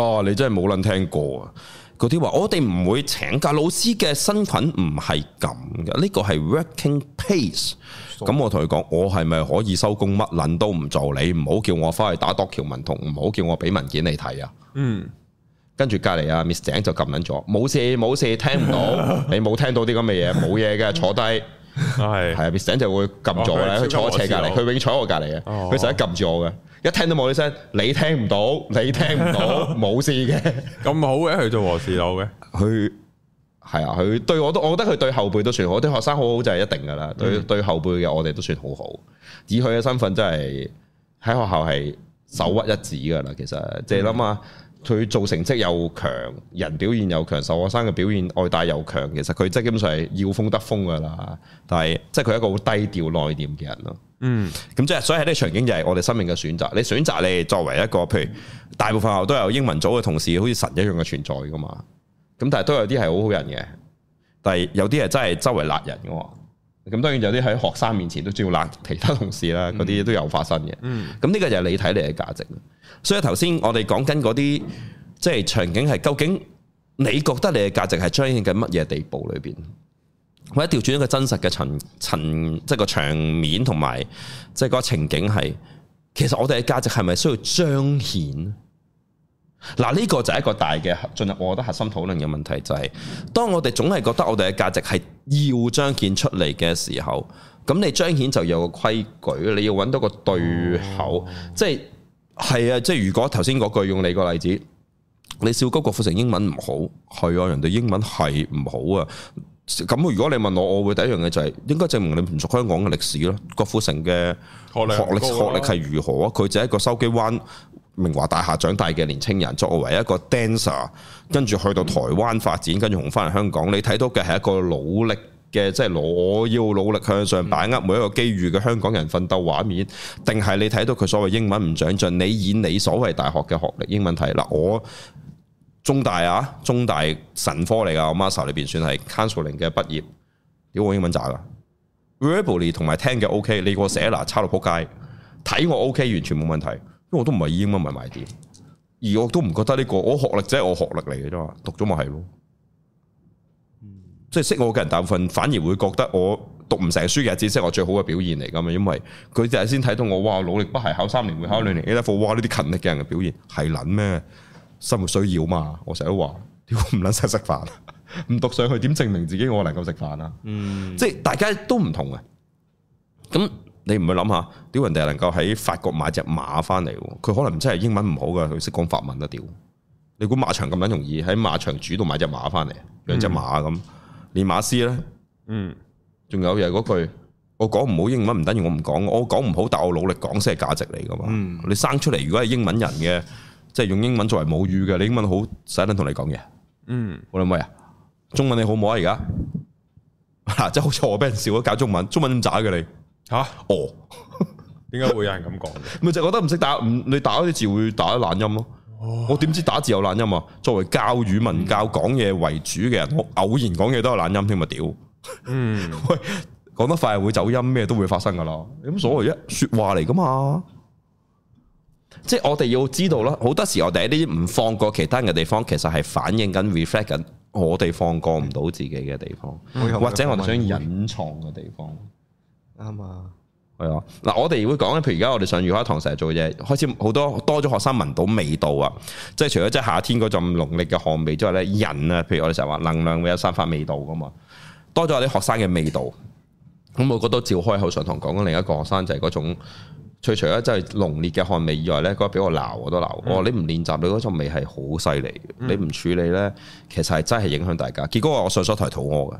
S2: 哦，你真係冇撚聽過啊！嗰啲話我哋唔會請假，老師嘅身份唔係咁嘅，呢個係 working pace。咁我同佢講，我係咪可以收工乜撚都唔做？你唔好叫我翻去打多橋文同，唔好叫我俾文件你睇啊！
S1: 嗯，
S2: 跟住隔離啊，Miss 井就撳撚咗，冇事冇事，聽唔到，你冇聽到啲咁嘅嘢，冇嘢嘅，坐低。
S1: 係
S2: 係啊，Miss 井就會撳住我咧，
S1: 哦佢
S2: 佢坐我斜隔離，
S1: 超級
S2: 佢永遠坐我隔離嘅，
S1: 哦
S2: 佢成日撳住我嘅，一聽到冇啲聲，你聽唔到，你聽唔
S1: <laughs>
S2: 到，冇事嘅。
S1: 咁好嘅，佢做和事佬嘅，
S2: 佢係啊，佢對我都，我覺得佢對後輩都算好，對學生好好就係一定噶啦。對對後輩嘅我哋都算好好，以佢嘅身份真係喺學校係首屈一指噶啦。其實即係諗下，佢做成績又強，人表現又強，受學生嘅表現愛戴又強，其實佢即係基本上係要風得風噶啦。但係即係佢係一個好低調內斂嘅人咯。
S1: 嗯，
S2: 咁即係，所以喺呢個場景就係我哋生命嘅選擇。你選擇你作為一個，譬如大部分學校都有英文組嘅同事，好似神一樣嘅存在噶嘛。咁但係都有啲係好好人嘅，但係有啲係真係周圍辣人嘅喎。咁當然有啲喺學生面前都照辣其他同事啦，嗰啲都有發生嘅。
S1: 嗯，
S2: 咁呢個就係你睇你嘅價值。所以頭先我哋講緊嗰啲即係場景係究竟你覺得你嘅價值係彰顯緊乜嘢地步裏邊，或者調轉一個真實嘅層層，即係個場面同埋即係嗰個情景係，其實我哋嘅價值係咪需要彰顯？嗱，呢個就係一個大嘅進入，我覺得核心討論嘅問題就係、當我哋總係覺得我哋嘅價值係要彰顯出嚟嘅時候，咁你彰顯就有個規矩，你要揾到個對口，即係係啊，即係如果頭先嗰句用你個例子，你笑高郭富城英文唔好，係啊，人哋英文係唔好啊。咁如果你問我，我會第一樣嘢就係、應該證明你唔熟香港嘅歷史咯。郭富城嘅
S1: 學歷
S2: 學歷
S1: 高啊
S2: 學歷係如何啊？佢就係一個筲箕灣明華大廈長大嘅年青人，作為一個 dancer，跟住去到台灣發展，跟住紅翻嚟香港。你睇到嘅係一個努力嘅，即係我要努力向上，把握每一個機遇嘅香港人奮鬥畫面，定係你睇到佢所謂英文唔長進，你以你所謂大學嘅學歷英文睇嗱我。中大啊，中大神科嚟噶，我 master 裏邊算係 counseling 嘅畢業，屌我英文渣噶 v e r b a l l y 同埋聽嘅 OK，你個寫嗱差到仆街，睇我 OK 完全冇問題，因為我都唔係以英文為賣點，而我都唔覺得呢、個我學歷即係我學歷嚟嘅啫嘛，讀咗咪係咯，即係識我嘅人大部分反而會覺得我讀唔成書嘅只識我最好嘅表現嚟噶嘛，因為佢就係先睇到我哇努力不係考三年會考兩年 A level，哇呢啲勤力嘅人嘅表現係撚咩？生活需要嘛，我成日都話，屌唔撚使食飯，唔讀上去點證明自己我能夠食飯啊？
S3: 嗯，
S2: 即係大家都唔同嘅。咁你唔去諗下，屌人哋係能夠喺法國買只馬翻嚟喎，佢可能真係英文唔好噶，佢識講法文啊屌！你估馬場咁撚容易喺馬場主度買只馬翻嚟，養只馬
S3: 嗯
S2: 咁，練馬師咧？
S1: 嗯，
S2: 仲有又係嗰句，我講唔好英文唔等於我唔講，我講唔好，但我努力講先係價值嚟噶嘛。
S3: 嗯
S2: 你生出嚟如果係英文人嘅，即係用英文作為母語嘅，你英文好使得同你講嘢，
S1: 嗯，
S2: 好啦，妹啊，中文你好唔好啊？而家 <laughs> 嗱，真係好似我俾人笑咗搞中文，中文咁渣嘅你，
S1: 吓，
S2: 哦，
S1: 點解會有人咁講嘅？
S2: 咪就覺得唔識打，唔你打嗰啲字會打懶音咯。我點知打字有懶音啊？作為教語文教講嘢為主嘅人，我偶然講嘢都有懶音添啊！屌！
S1: 嗯，
S2: 講得快係會走音，咩都會發生噶啦。有乜所謂啫？说話嚟噶嘛，即係我哋要知道啦。好多時我哋喺呢啲唔放過其他人嘅地方，其實係反映緊 reflect 緊我哋放過唔到自己嘅地方，
S3: 嗯
S2: 或者我哋想隱藏嘅地方。
S3: 啱啊，
S2: 係啊，嗱，我哋會講咧，譬如而家我哋上瑜伽堂成日做嘢，開始好多多咗學生聞到味道啊，即係除咗即係夏天嗰陣濃烈嘅汗味之外咧，人啊，譬如我哋成日話能量會有散發味道噶嘛，多咗我啲學生嘅味道，咁我覺得照開口上堂講緊另一個學生就係嗰種，除除咗即係濃烈嘅汗味以外咧，嗰日俾我鬧我都鬧，我話你唔練習你嗰陣味係好犀利，你唔處理咧，其實係真係影響大家。結果我上咗台肚屙嘅。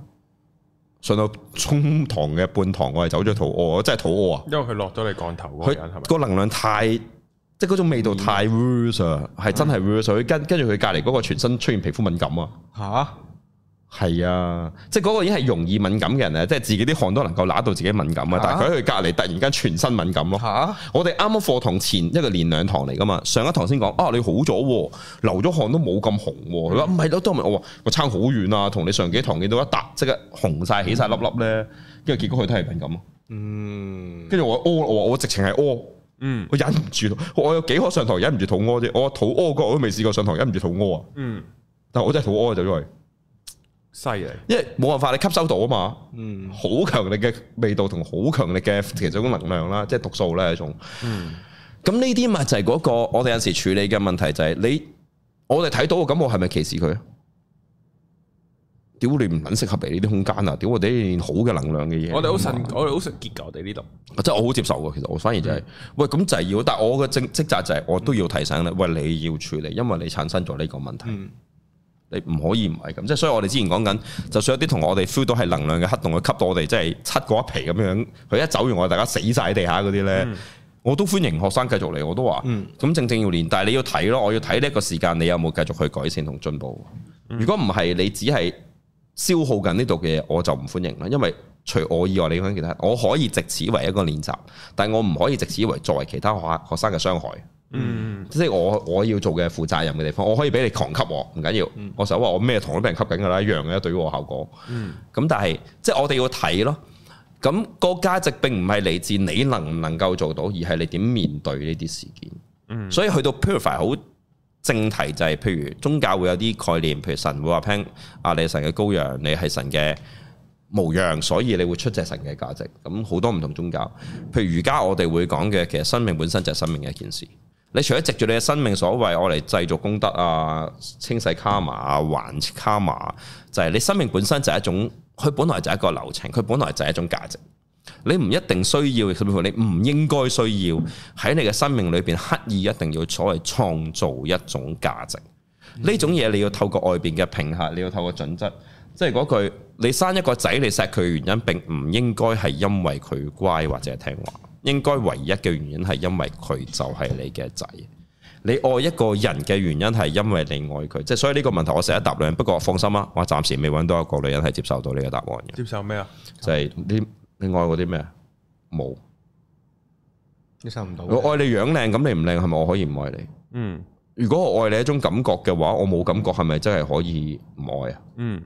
S2: 上到中堂嘅半堂，我係走咗肚屙，我真係肚屙啊！
S1: 因為佢落咗你降頭嗰個
S2: 佢
S1: 人係咪？嗯
S2: 個能量太，即係嗰種味道太 r u s e 啊，係真係 r u s e 佢跟跟住佢隔離嗰個全身出現皮膚敏感啊，
S3: 吓
S2: 係啊，即係嗰個已經係容易敏感嘅人啊咧，即係自己啲汗都能夠揦到自己敏感啊，但係佢喺佢隔離突然間全身敏
S1: 啊
S2: 感咯。
S3: 吓，
S2: 我哋啱啱課堂前一個連兩堂嚟噶嘛，上一堂先講啊你好咗喎，流咗汗都冇咁紅
S1: 嗯
S2: 喎。佢話唔係咯，當日我話我差好遠啊，同你上幾堂見到一笪即刻紅晒起晒粒粒咧，跟住結果佢都係敏感咯。啊
S3: 嗯，
S2: 跟住我屙，我話我直情係屙，
S1: 嗯
S2: 我忍唔住，我有幾可上堂忍唔住肚屙啫，我肚屙過我都未試過上堂忍唔住肚屙啊！
S1: 嗯，
S2: 但係我真係肚屙啊走咗去，
S1: 犀利，
S2: 因為冇辦法你吸收到啊嘛，
S3: 嗯，
S2: 好強力嘅味道同好強力嘅其中能量啦，即係毒素啦一種。
S1: 嗯
S2: 咁呢啲咪就係嗰、個我哋有時處理嘅問題就係你，我哋睇到咁我係咪歧視佢啊？屌你唔撚適合嚟呢啲空間啊！屌我哋練好嘅能量嘅嘢，
S1: 我哋好神，我哋好神結㗎，我哋呢度，
S2: 即係我好接受嘅，其實我反而就係、喂咁就係要，但係我嘅正職責就係我都要提醒你，喂你要處理，因為你產生咗呢個問題，
S3: 嗯
S2: 你唔可以唔係咁。即係所以我哋之前講緊，就算有啲同學我哋 feel 到係能量嘅黑洞，佢吸到我哋即係七個一皮咁樣，佢一走完我哋大家死晒喺地下嗰啲呢，我都歡迎學生繼續嚟，我都話，咁、正正要練，但係你要睇咯，我要睇呢一個時間你有冇繼續去改善同進步。如果唔係，你只係消耗緊呢度嘅嘢，我就唔歡迎啦。因為除我以外，你講其他人，我可以藉此為一個練習，但係我唔可以藉此為作為其他學學生嘅傷害。
S1: 嗯，
S2: 即係我我要做嘅負責任嘅地方，我可以俾你狂吸我，唔緊要。我成日話我咩糖都俾人吸緊㗎啦，一樣嘅對於我效果。咁、但係即係我哋要睇咯。咁、個價值並唔係嚟自你能唔能夠做到，而係你點面對呢啲事件。所以去到 purify 好正題就係、譬如宗教會有啲概念，譬如神會話聽啊，你係神嘅羔羊，你係神嘅。模樣，所以你會出隻神嘅價值。咁好多唔同宗教，譬如儒家我哋會講嘅，其實生命本身就係生命嘅一件事。你除咗藉住你嘅生命所謂，我嚟製造功德啊、清洗卡瑪啊、還卡瑪，就係、你生命本身就係一種，佢本來就係一個流程，佢本來就係一種價值。你唔一定需要，甚至乎你唔應該需要喺你嘅生命裏邊刻意一定要所謂創造一種價值。呢種嘢你要透過外邊嘅評核，你要透過準則，即係嗰句你生一個仔你錫佢嘅原因並唔應該係因為佢乖或者係聽話，應該唯一嘅原因係因為佢就係你嘅仔。你愛一個人嘅原因係因為你愛佢，即係所以呢個問題我成日答兩，不過放心啊啦，我暫時未揾到一個女人係接受到呢個答案嘅。
S1: 接受咩啊？
S2: 就係你你愛嗰啲咩？啊冇。
S3: 接受唔到嘅，
S2: 我愛你樣靚，咁你唔靚係咪我可以唔愛你？
S1: 嗯
S2: 如果我愛你一種感覺嘅話，我冇感覺係咪真係可以唔愛啊？
S1: 嗯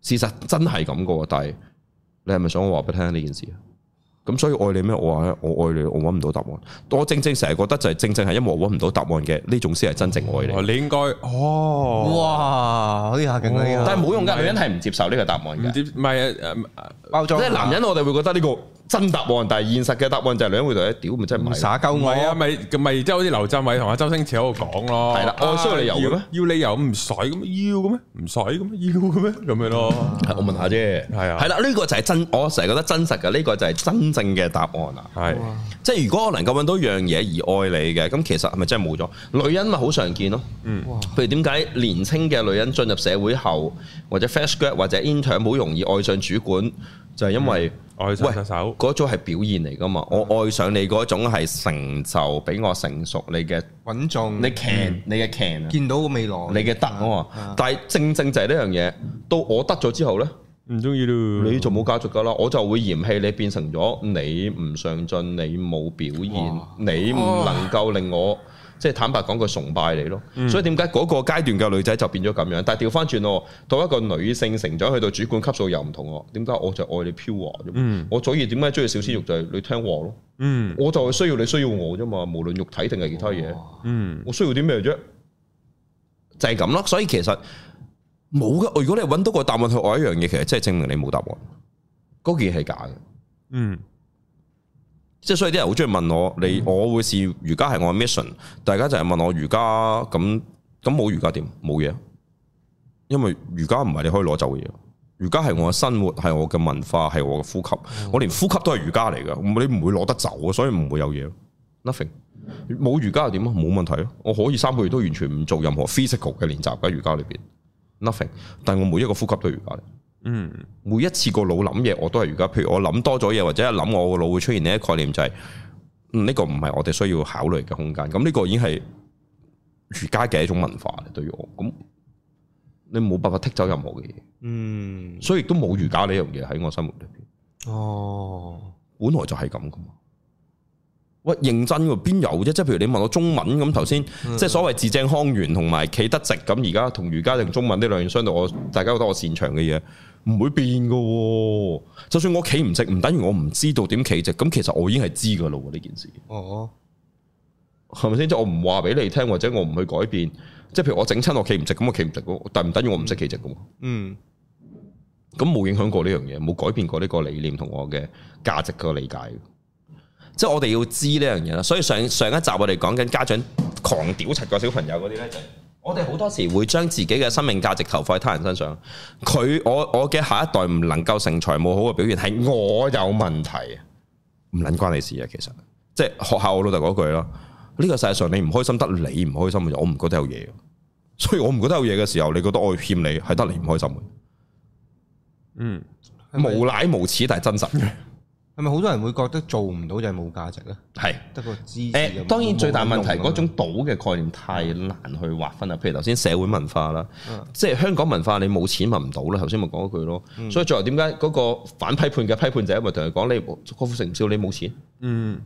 S2: 事實真係咁噶喎，但係你係咪想我話俾你聽呢件事啊？咁所以愛你咩？我話咧，我愛你，我揾唔到答案。我正正成日覺得就係正正係因為我揾唔到答案嘅呢種先係真正愛
S1: 哦，
S2: 你。
S1: 你應該哦，
S3: 哇，可以下勁啦呢
S2: 但
S3: 個，
S2: 係冇用㗎，女人係唔接啊受呢個答案
S1: 唔
S2: 嘅。
S1: 知唔係啊誒誒
S3: 包裝
S2: 即係男人，我哋會覺得呢個真答案，但係現實嘅答案就係女人會覺得屌咪真係唔
S3: 唔
S2: 係。
S3: 耍鳩
S1: 唔係啊，
S3: 我，
S1: 咪咪即係好似劉鎮偉同阿周星馳喺度講咯，
S2: 係啦我需要理由嘅咩
S1: 啊要要理由唔使咁要嘅咩？唔使咁要嘅咩？咁樣咯，
S2: 係我問下啫，
S1: 係啊
S2: 係啦，呢個就係真，我成日覺得真實嘅，呢個就係真正嘅答案啊！
S1: 係
S2: 即係如果我能夠揾到樣嘢而愛你嘅，咁其實係咪真係冇咗？女人咪好常見咯，
S1: 嗯
S3: 哇
S2: 譬如點解年青嘅女人進入社會後，或者 fresh grad 或者 intern 好容易愛上主管，就係因為
S1: 愛上隻手，
S2: 嗰種係表現嚟噶嘛，
S1: 嗯
S2: 我愛上你嗰種係成就，俾我成熟你嘅，
S1: 嗯
S3: 穩重，
S2: 你 can，你嘅 can 啊，
S3: 見到個未來，
S2: 你嘅得啊
S1: 嗯
S2: 嘛。但係正正就係呢樣嘢，到我得咗之後呢，
S1: 唔中意咯。
S2: 你就冇家族噶啦，我就會嫌棄你變成咗你唔上進，你冇表現
S3: 哇，
S2: 你唔能夠令我。即係坦白講，佢崇拜你咯，所以點解嗰個階段嘅女仔就變咗咁樣？但係調翻轉喎，到一個女性成長去到主管級數又唔同喎。點解我就愛你 pure 啫嘛？
S1: 嗯
S2: 我左耳點解中意小鮮肉就係你聽話咯，
S1: 嗯
S2: 我就係需要你需要我啫嘛，無論肉體定係其他嘢，
S1: 嗯
S2: 我需要啲咩啫？就係咁咯，所以其實冇噶。如果你揾到個答案去愛一樣嘢，其實真係證明你冇答案，嗰件係假嘅。
S1: 嗯
S2: 即係所以啲人好中意問我，你我會視瑜伽係我嘅 mission，大家就係問我瑜伽咁咁冇瑜伽點冇嘢，因為瑜伽唔係你可以攞走嘅嘢，瑜伽係我嘅生活，係我嘅文化，係我嘅呼吸，我連呼吸都係瑜伽嚟㗎，你唔會攞得走啊，所以唔會有嘢咯，nothing。冇瑜伽又點啊？冇問題咯，我可以三個月都完全唔做任何 physical 嘅練習喺瑜伽裏邊，nothing。但係我每一個呼吸都係瑜伽嚟。
S1: 嗯
S2: 每一次個腦諗嘢，我都係而家，譬如我諗多咗嘢，或者一諗我個腦會出現呢一個概念就係、嗯呢、個唔係我哋需要考慮嘅空間。咁呢個已經係儒家嘅一種文化嚟，對於我咁，你冇辦法剔走任何嘅嘢，
S3: 嗯，
S2: 所以亦都冇儒家呢樣嘢喺我生活裏邊。
S3: 哦，
S2: 本來就係咁噶嘛。喂，認真喎，邊有啫？即係譬如你問我中文咁頭先，即係所謂字正腔圓同埋企得直咁，而家同儒家定中文呢兩樣相對，我大家覺得我擅長嘅嘢唔會變噶喎。就算我企唔直，唔等於我唔知道點企直。咁其實我已經係知噶咯喎呢件事。
S3: 哦，
S2: 係咪先？即係我唔話俾你聽，或者我唔去改變。即係譬如我整親我企唔直，咁我企唔直咯，但唔等於我唔識企直噶喎。
S3: 嗯，
S2: 咁冇影響過呢樣嘢，冇改變過呢個理念同我嘅價值個理解。即係我哋要知呢樣嘢啦。所以上上一集我哋講緊家長狂屌柒個小朋友嗰啲呢，就係我哋好多時會將自己嘅生命價值投放喺他人身上。佢我我嘅下一代唔能夠成才冇好嘅表現，係我有問題，唔撚關你事啊！其實即係學校我老豆嗰句咯。呢個世界上你唔開心得你唔開心嘅啫，我唔覺得有嘢。所以我唔覺得有嘢嘅時候，你覺得我欠你係得你唔開心嘅。
S1: 嗯，
S3: 係咪
S2: 無賴無恥，但係真實嘅，
S3: 係咪好多人會覺得做唔到就係冇價值咧？
S2: 係。
S3: 得個知字
S2: 誒，
S3: 咁
S2: 當然最大問題
S3: 冇用
S2: 嗰種賭嘅概念太難去劃分啦。啊譬如頭先社會文化啦，
S3: 啊
S2: 即係香港文化，你冇錢咪唔賭啦。頭先咪講嗰句咯。
S3: 嗯
S2: 所以最後點解嗰個反批判嘅批判就係因為同佢講你郭富城唔笑你冇錢，
S1: 嗯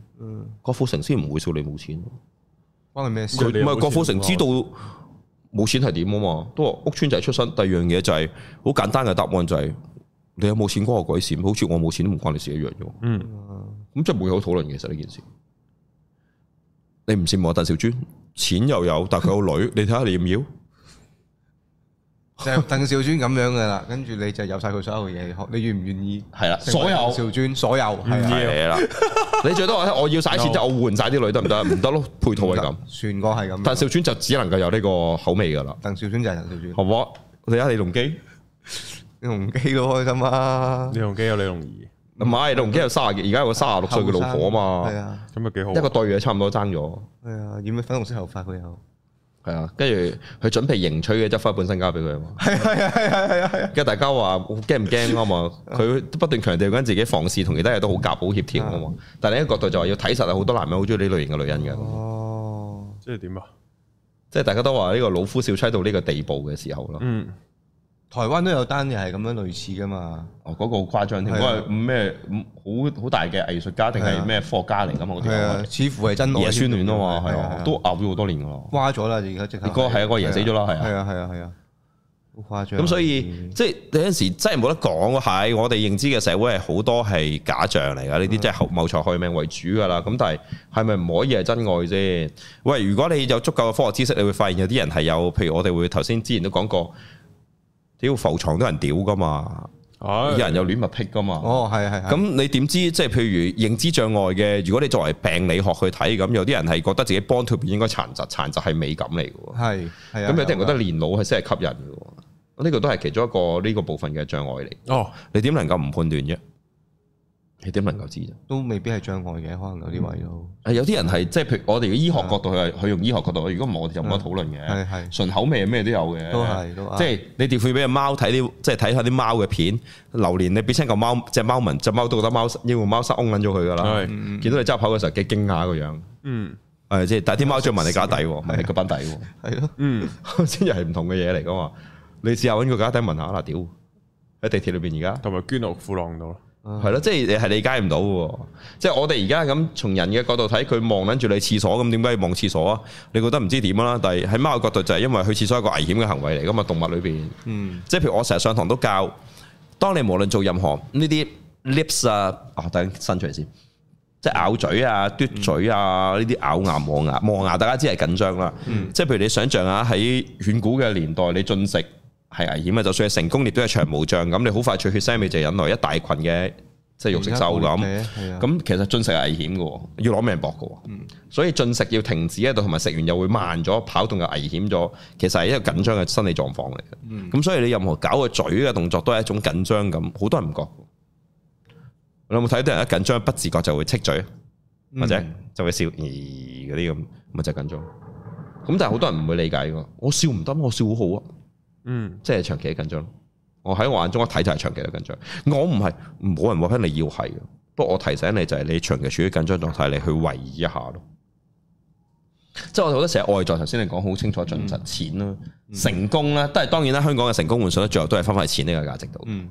S2: 郭富城先唔會笑你冇錢。
S3: 關佢咩事？
S2: 佢
S1: 你
S2: 唔
S1: 有冇
S2: 係郭富城
S1: 錢
S2: 知道冇錢係點啊嘛，都話屋村仔出身。第二樣嘢就係好簡單嘅答案就係你有冇錢關我鬼事，好似我冇錢都唔關你事一樣啫。
S1: 嗯
S2: 咁即係冇嘢好討論嘅，其實呢件事。你唔羨慕阿鄧兆尊，錢又有，但係佢有女，你睇下你要唔要？
S3: 就係鄧兆尊咁樣噶啦，跟住你就有晒佢所有嘢，你願唔願意？
S2: 係啦，
S3: 成為
S2: 所有嗯
S3: 鄧兆尊所有係啊
S2: 係啦。你最多話哎我要晒錢，即係我換晒啲女得唔得？唔得咯，配套係咁。
S3: 船哥係咁樣，
S2: 鄧兆尊就只能夠有呢個口味噶啦，
S3: 鄧兆尊就係鄧兆尊，
S2: 好唔好？你睇下李龍基，
S3: 你同基都開心啊！
S1: 李龍基有李龍儀，
S2: 唔係李龍基有卅幾，而家有個卅六歲嘅老婆
S3: 係
S2: 啊嘛，
S3: 啊
S1: 咁咪幾好啊。
S2: 一個對嘅差唔多爭咗。
S3: 係啊，染咗粉紅色頭髮佢又
S2: 係啊，跟住佢準備迎娶嘅執翻本身交俾佢啊嘛。
S3: 係係係係係啊！
S2: 跟住大家話驚唔驚啊嘛？佢不斷強調緊自己房事同其他嘢都好夾好協調啊嘛。但係另一個角度就話要睇實好多男人好中意呢類型嘅女人
S3: 啊
S2: 嘅，
S3: 哦，
S1: 即係點啊？
S2: 即係大家都話呢個老夫少妻到呢個地步嘅時候咯。
S1: 嗯，
S3: 台灣都有單嘢係咁樣類似噶嘛，
S2: 哦，嗰個好誇張添，
S3: 係
S2: 嗰
S3: 啊
S2: 個咩嗯好好大嘅藝術家定
S3: 係
S2: 係
S3: 啊
S2: 咩科學家嚟㗎嘛？嗰
S3: 係啊，
S2: 啲
S3: 似乎係真愛
S2: 爺孫戀啊嘛，係啊，都
S3: 都
S2: 拗咗好多年㗎啦。
S3: 瓜咗啦，而家即刻
S2: 你哥係啊個爺死咗啦係啊
S3: 係啊係啊係啊，好誇張。啊
S2: 咁所以即係有陣時真係冇得講喎，係我哋認知嘅社會係好多係假象嚟㗎，呢啲即係後謀財害命為主㗎啦。咁但係係咪唔可以係真愛啫？喂，如果你有足夠嘅科學知識，你會發現有啲人係有，譬如我哋會頭先之前都講過，屌浮床都有人屌㗎嘛，有
S1: 係
S2: 人有戀物癖㗎嘛。
S3: 哦係係係
S2: 咁你點知？即係譬如認知障礙嘅，如果你作為病理學去睇，咁有啲人係覺得自己 born to be 應該殘疾，殘疾係美感嚟嘅喎。
S3: 係係啊，
S2: 咁有啲人覺
S3: 㗎
S2: 得年老係先係吸引嘅喎，呢個都係其中一個呢個部分嘅障礙嚟。
S1: 哦，
S2: 你點能夠唔判斷啫？你點能夠知啫？
S3: 都未必係障礙嘅，可能有啲位都
S2: 係有啲人係即係譬如我哋嘅醫學角度，佢係佢用醫學角度，如果唔係我哋就冇得討論嘅。
S3: 係係
S2: 純口啊味係咩都有嘅，
S3: 都係都啱
S2: 嗯
S3: 啊
S2: 即係你調配俾只貓睇啲，即係睇下啲貓嘅片。榴蓮你俾親嚿貓只貓聞，只貓都覺得貓要貓塞嗡撚咗佢㗎啦。
S1: 係
S2: 見到你執口嘅時候幾驚訝個樣，
S1: 嗯
S2: 誒嗯即係但係啲貓最聞你架底喎，唔係你個班底喎。
S3: 係咯，
S1: 嗯，
S2: <laughs> 先又係唔同嘅嘢嚟噶嘛。你試下揾個架底問下啦，屌喺地鐵裏邊而家
S1: 同埋捐落褲浪度咯，
S2: 係咯，即係你係理解唔到嘅。即係我哋而家咁從人嘅角度睇，佢望撚住你廁所咁，點解要望廁所啊？你覺得唔知點啦，但係喺貓嘅角度就係因為去廁所係一個危險嘅行為嚟噶嘛，動物裏邊。
S3: 嗯，
S2: 即係譬如我成日上堂都教，當你無論做任何呢啲 lips 啊，啊等伸出嚟先，即係咬嘴啊、嘟嘴啊，呢啲咬牙磨牙磨牙，大家知係緊張啦。即係譬如你想象下喺遠古嘅年代，你進食係危險嘅，就算係成功，亦都係長毛象咁，你好快脆血腥味就引來一大群嘅即係肉食獸咁。
S3: 係啊，
S2: 咁其實進食係危險嘅喎，要攞命搏嘅喎，所以進食要停止喺度，同埋食完又會慢咗，跑動又危險咗，其實係一個緊張嘅心理狀況嚟嘅。咁、所以你任何搞個嘴嘅動作都係一種緊張感，好多人唔覺。你有冇睇到人一緊張不自覺就會戚嘴，
S3: 嗯
S2: 或者就會笑咦嗰啲咁，咪就係緊張。咁但係好多人唔會理解嘅，我笑唔得，我笑好好啊。
S1: 嗯
S2: 即係長期嘅緊張咯。我喺我眼中一睇就係長期嘅緊張。我唔係冇人話翻你要係嘅，不過我提醒你就係你長期處於緊張狀態，你去為意一下咯。即係我哋好多時候外在，頭先你講好清楚盡實錢啦、成功啦，都係當然啦。香港嘅成功換算咧，最後都係翻返去錢呢個價值度，
S3: 嗯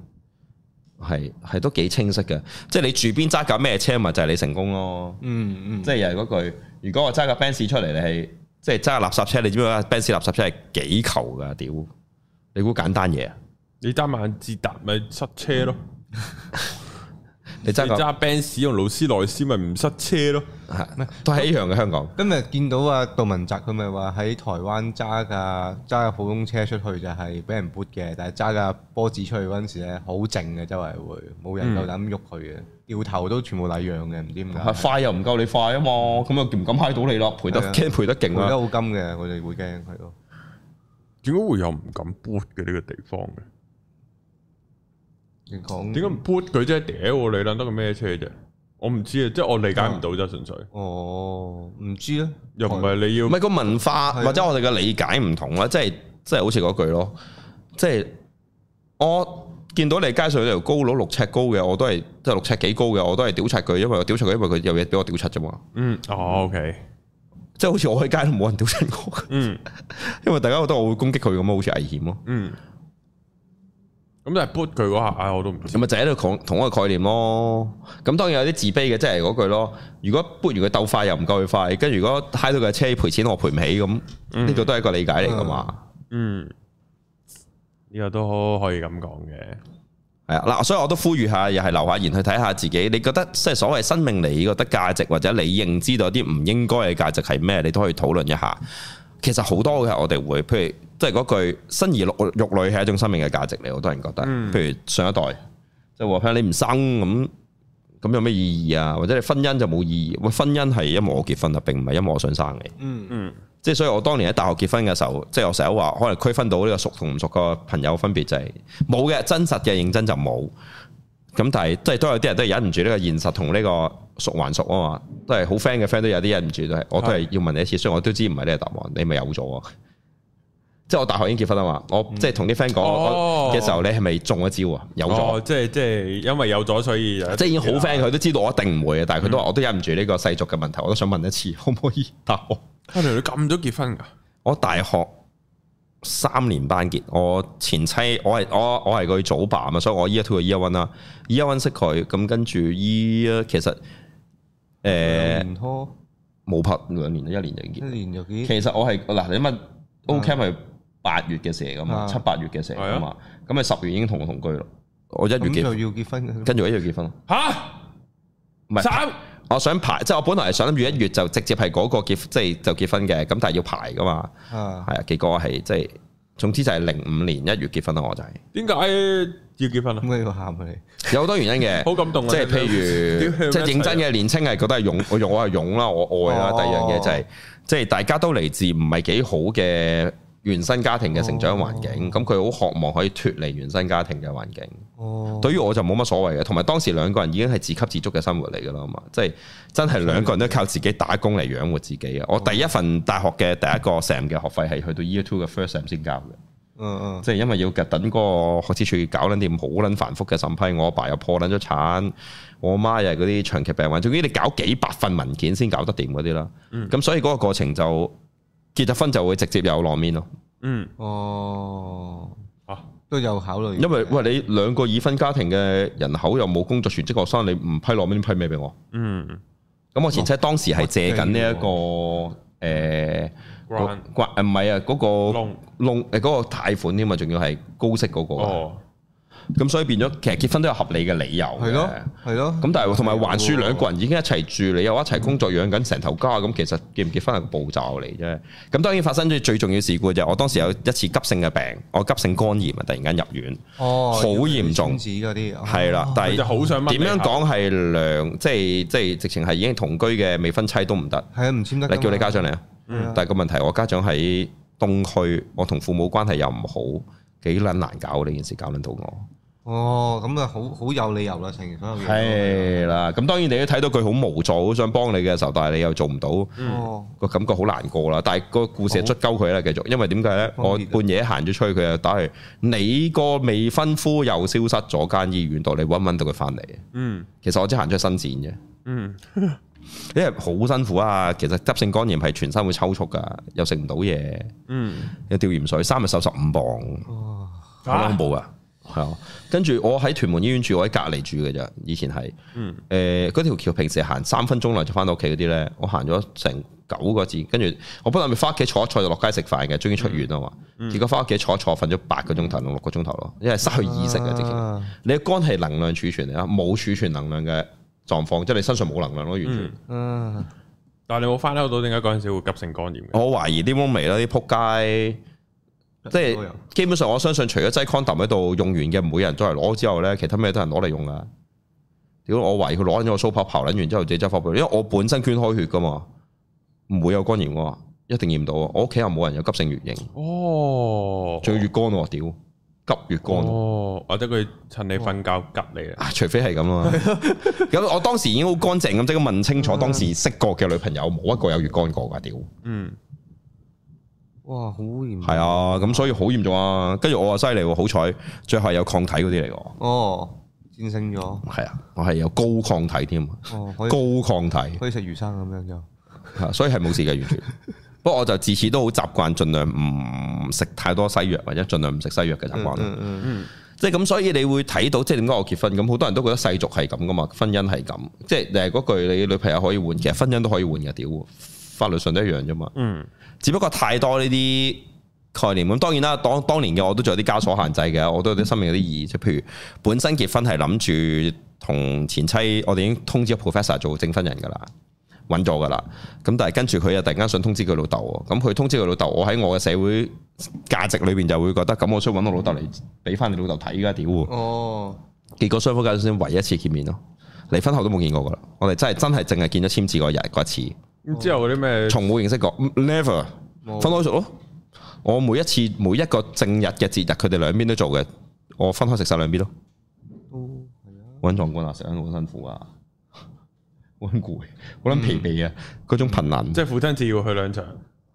S2: 係係都幾清晰嘅。即係你住邊揸架咩車，咪就係你成功咯。
S3: 嗯嗯，
S2: 即係又係嗰句，如果我揸架 Benz 出嚟，你係即係揸垃圾車，你知唔知啊？Benz 垃圾車係幾球㗎？屌，你估簡單嘢啊？
S1: 你揸萬捷達咪塞車咯，
S2: 你
S1: 你
S2: 揸個
S1: 揸 Benz 用勞斯萊斯咪唔塞車咯，
S2: 係都係一樣嘅香港。
S3: 今日見到啊杜汶澤佢咪話喺台灣揸架揸架普通車出去就係俾人 boot 嘅，但係揸架波子出去嗰陣時咧好靜嘅，周圍會冇人夠膽喐佢嘅，掉頭都全部禮讓嘅，唔知點
S2: <laughs>
S3: 解。
S2: 快又唔夠你快啊嘛，咁又唔敢嗨到你咯，賠
S3: 係啊
S2: 得驚賠得勁
S3: 賠得
S2: 啦。
S3: 好金嘅，我哋會驚係咯。
S1: 點解會有唔敢 boot 嘅呢個地方嘅？
S3: 你
S2: 嗯
S3: 講
S1: 點解唔 boot 佢啫？屌你撚得個咩車啫？我唔知啊，即係我理解唔到啫，純粹
S3: 哦，唔知咧，
S1: 又唔係你要
S2: 唔係個文化
S3: 係啊
S2: 或者我哋嘅理解唔同啦，即係即係好似嗰句咯，即係我見到你街上有條高佬六尺高嘅，我都係即係六尺幾高嘅，我都係屌柒佢，因為我屌柒佢，因為佢有嘢俾我屌柒啫嘛。
S1: 嗯哦 OK
S2: 即係好似我喺街都冇人屌柒我， <laughs>
S1: 嗯
S2: 因為大家覺得我會攻擊佢咁啊，好似危險咯。
S1: 嗯，咁但係 boot 佢嗰下，唉我都唔知
S2: 咪就喺度講同一個概念咯。咁當然有啲自卑嘅，即係嗰句咯。如果搬完佢鬥快又唔夠佢快，跟住如果揩到佢嘅車賠錢，我賠唔起咁，呢度都係一個理解嚟噶嘛。
S1: 嗯呢個都可以咁講嘅，
S2: 係啊，嗱，所以我都呼籲下，又係留下言去睇下自己，你覺得即係所謂生命你覺得價值，或者你認知到啲唔應該嘅價值係咩，你都可以討論一下。其實好多嘅我哋會，譬如即係嗰句生兒育育女係一種生命嘅價值嚟，好多人覺得。譬如上一代就話，譬如你唔生咁，咁有咩意義啊？或者你婚姻就冇意義？喂，婚姻係因為我結婚啦，啊並唔係因為我想生你。
S3: 嗯
S1: 嗯
S2: 即係所以我當年喺大學結婚嘅時候，即係我成日話可能區分到呢個熟同唔熟個朋友分別就係冇嘅真實嘅認真就冇。咁但係即係都有啲人都係忍唔住呢個現實同呢個熟還熟啊嘛，都係好 friend 嘅 friend 都有啲忍唔住都係，我都係要問你一次，雖然我都知唔係呢個答案，你咪有咗啊！即係我大學已經結婚啊嘛，我即係同啲 friend 講
S1: 哦
S2: 我嘅時候，你係咪中咗招啊？有咗。
S1: 哦即係即係因為有咗所以就一定
S2: 啊即係已經好
S1: 知啦
S2: friend，佢都知道我一定唔會嘅，但係佢都話我都忍唔住呢個世俗嘅問題，我都想問一次，可唔可以 <laughs> 答我？
S1: 啊你咁早結婚㗎？
S2: 我大學三年班結，我前妻我係我我係佢祖爸嘛，所以我 year two 嘅 year one 啦，year one 識佢，咁跟住 year 其實誒
S3: 唔拖
S2: 冇、拍兩年，一年就已
S3: 一
S2: 經結。
S3: 年就幾
S2: 其實我係嗱，你問 O Cam 係八月嘅事嚟噶嘛，
S3: 啊
S2: 七八月嘅事嚟噶嘛，咁咪十月已經同我同居咯。我一月
S3: 咁
S2: 結
S3: 就
S2: 婚，
S3: 要結婚嘅，
S2: 跟住我一月結婚咯。
S1: 吓
S2: 唔係，
S1: 三
S2: 我想排，即係我本來係想諗住一月就直接係嗰個結，即係就結婚嘅，咁但係要排噶嘛。
S3: 啊
S2: 係啊，結果係即係，總之就係零五年一月結婚啦，啊我就係、
S1: 點解要結婚啊？
S3: 咁你要喊佢哋，
S2: 有好多原因嘅，
S1: 好感動啊
S2: 即係譬
S1: 屌
S2: 如，即係認真嘅年青係覺得係勇，我用我係勇啦，我愛啦。
S3: 哦
S2: 第二樣嘢就係，即係大家都嚟自唔係幾好嘅原生家庭嘅成長環境，咁佢好渴望可以脱離原生家庭嘅環境。
S3: 哦，
S2: 對於我就冇乜所謂嘅，同埋當時兩個人已經係自給自足嘅生活嚟㗎啦嘛，即係真係兩個人都靠自己打工嚟養活自己嘅。我第一份大學嘅第一個 sem 嘅學費係去到 year two 嘅 first sem 先交嘅，
S3: 嗯嗯，
S2: 即係因為要等嗰個學資處搞撚掂好撚繁複嘅審批，我阿爸又破撚咗產，我媽又係嗰啲長期病患，總之你搞幾百份文件先搞得掂嗰啲啦。咁、所以嗰個過程就結咗婚就會直接有浪面咯。
S1: 嗯，
S3: 哦，
S1: 啊
S3: 都有考慮嘅，
S2: 因為喂你兩個已婚家庭嘅人口又冇工作全職學生，你唔批落面批咩俾我？
S1: 嗯
S2: 咁我前妻當時係借緊呢一
S1: 哦
S2: 個誒
S1: ，grant
S2: 刮誒唔係啊嗰個
S1: 窿
S2: 窿誒嗰個貸款添嘛，啊仲要係高息嗰個，
S1: 哦，
S2: 咁所以變咗其實結婚都有合理嘅理由嘅
S3: 係咯係咯，
S2: 咁但係
S3: Dạ.
S2: 同埋還書兩個人已經一齊住，你又一齊工作養緊成頭家，咁其實結唔結婚係個步驟嚟啫。咁當然發生咗最重要事故就係我當時有一次急性嘅病，我急性肝炎啊，突然間入院。
S3: 哦
S2: 好嚴重
S3: 子嗰啲，哦
S2: 係啦，但
S1: 佢
S2: 係
S1: 就好想乜啊
S2: 點樣講係兩，即係即係直情係已經同居嘅未婚妻都唔得。
S3: 係啊，唔簽得㗎嘛，
S2: 你叫你家長嚟啊！
S3: 係啊，
S2: 但係個問題，我家長喺東區，我同父母關係又唔好，幾撚難搞呢件事，搞撚到我。
S3: 哦，咁啊，好好有理由啦，成所有嘢，
S2: 係啦，咁當然你都睇到佢好無助，好想幫你嘅時候，但係你又做唔到，
S3: 哦，
S2: 個感覺好難過啦。但係個故事係捽鳩佢啦，繼續，因為點解呢？
S3: 方
S2: 我
S3: 便啊
S2: 半夜行咗出去，佢又打去，你個未婚夫又消失咗間醫院度，你揾唔揾到佢翻嚟？
S1: 嗯
S2: 其實我只行出去伸展啫。
S1: 嗯
S2: <laughs> 因為好辛苦啊，其實急性肝炎係全身會抽搐噶，又食唔到嘢，
S1: 嗯，
S2: 又吊鹽水，三日瘦十五磅，
S3: 哦，
S2: 好恐怖啊！係啊，跟住我喺屯門醫院住，我喺隔離住嘅咋，以前係，誒、
S1: 嗯
S2: 呃嗰條橋平時行三分鐘內就翻到屋企嗰啲呢，我行咗成九個字，跟住我本來咪翻屋企坐一坐就落街食飯嘅，終於出院啊嘛，結果翻屋企坐一坐瞓咗八個鐘頭，六個鐘頭咯，因為失去意識啊，直情。
S3: 啊
S2: 你嘅肝係能量儲存嚟啊，冇儲存能量嘅狀況，即係你身上冇能量咯，完全。
S3: 啊，
S1: 但係你冇翻嬲到點解嗰陣時會急性肝炎嘅？
S2: 我懷疑啲 roommate 啦，啲仆街，即
S3: 都
S2: 係
S3: 有
S2: 基本上我相信，除咗擠 condom 喺度用完嘅，每人都係攞之後咧，其他咩都係攞嚟用噶。屌，我懷疑佢攞緊咗個蘇跑刨撚完之後自己執翻去，因為我本身捐開血噶嘛，唔會有肝炎喎，一定驗到啊喎。我屋企又冇人有急性乙型，
S1: 哦，
S2: 仲要乙肝喎，屌，急乙肝喎。
S1: 哦，或者佢趁你瞓覺吉你啊？
S2: 啊，除非係咁啊！咁我當時已經好乾淨咁，即係啊問清楚當時識過嘅女朋友冇一個有乙肝過㗎，屌！
S1: 嗯
S3: 哇，好嚴，
S2: 係，啊，咁所以好嚴重啊！跟住我話犀利喎，好彩最後係有抗體嗰啲嚟喎。
S3: 哦，戰勝咗，
S2: 係啊，我係有高抗體添，
S3: 哦，可以
S2: 高抗體，
S3: 可以食魚生咁樣就，
S2: 啊所以係冇事嘅完 <laughs> 全。不過我就自此都好習慣，盡量唔食太多西藥，或者盡量唔食西藥嘅習慣。
S3: 嗯嗯
S1: 嗯
S2: 即係咁，所以你會睇到，即係點解我結婚咁？好多人都覺得世俗係咁噶嘛，婚姻係咁。即係誒嗰句，你女朋友可以換，其實婚姻都可以換嘅，屌法律上都一樣啫嘛。
S1: 嗯
S2: 只不過太多呢啲概念咁，當然啦，當當年嘅我都仲有啲枷鎖限制嘅，我都有啲生命有啲意義，即係譬如本身結婚係諗住同前妻，我哋已經通知咗 professor 做證婚人噶啦，揾咗噶啦，咁但係跟住佢又突然間想通知佢老豆喎，咁佢通知佢老豆，我喺我嘅社會價值裏邊就會覺得，咁我需要揾我老豆嚟俾翻你老豆睇噶，屌！
S3: 嗯，哦，
S2: 結果雙方家長先唯一一次見面咯，離婚後都冇見過噶啦，我哋真係真係淨係見咗簽字嗰日嗰一次。
S1: 嗯，之後嗰啲咩？
S2: 從冇認識過嗯，never
S3: 冇
S2: 分開食咯。我每一次每一個正日嘅節日，佢哋兩邊都做嘅，我分開食晒兩邊咯。
S3: 都係啊，
S2: 揾壯觀啊，食得好辛苦啊，好撚攰，好撚疲憊啊，嗰種貧能
S1: 即係父親節要去兩場，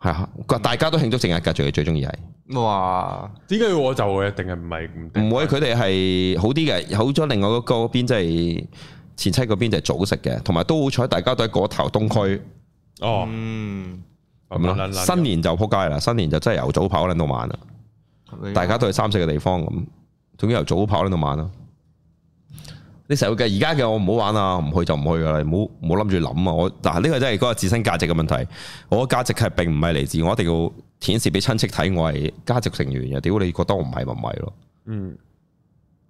S2: 係啊，大家都慶祝正日㗎，最最中意係。
S3: 哇，
S1: 點解要我就嘅？定係唔係唔定？
S2: 唔會，佢哋係好啲嘅，好咗另外嗰個邊即係前妻嗰邊就係早食嘅，同埋都好彩，大家都喺嗰頭東區。
S1: 哦，
S3: 嗯，
S2: 咁咯，新年就撲街啦！新年就真係由早跑撚到晚啊啦，哦大家都係三四個地方咁，總之由早跑撚到晚啦。你成日嘅而家嘅我唔好玩啊，唔去就唔去噶啦，唔好唔好諗住諗啊！我嗱呢個真係嗰個自身價值嘅問題，我嘅價值係並唔係嚟自我一定要顯示俾親戚睇我係家族成員嘅，屌你覺得我唔係咪唔係咯？
S1: 嗯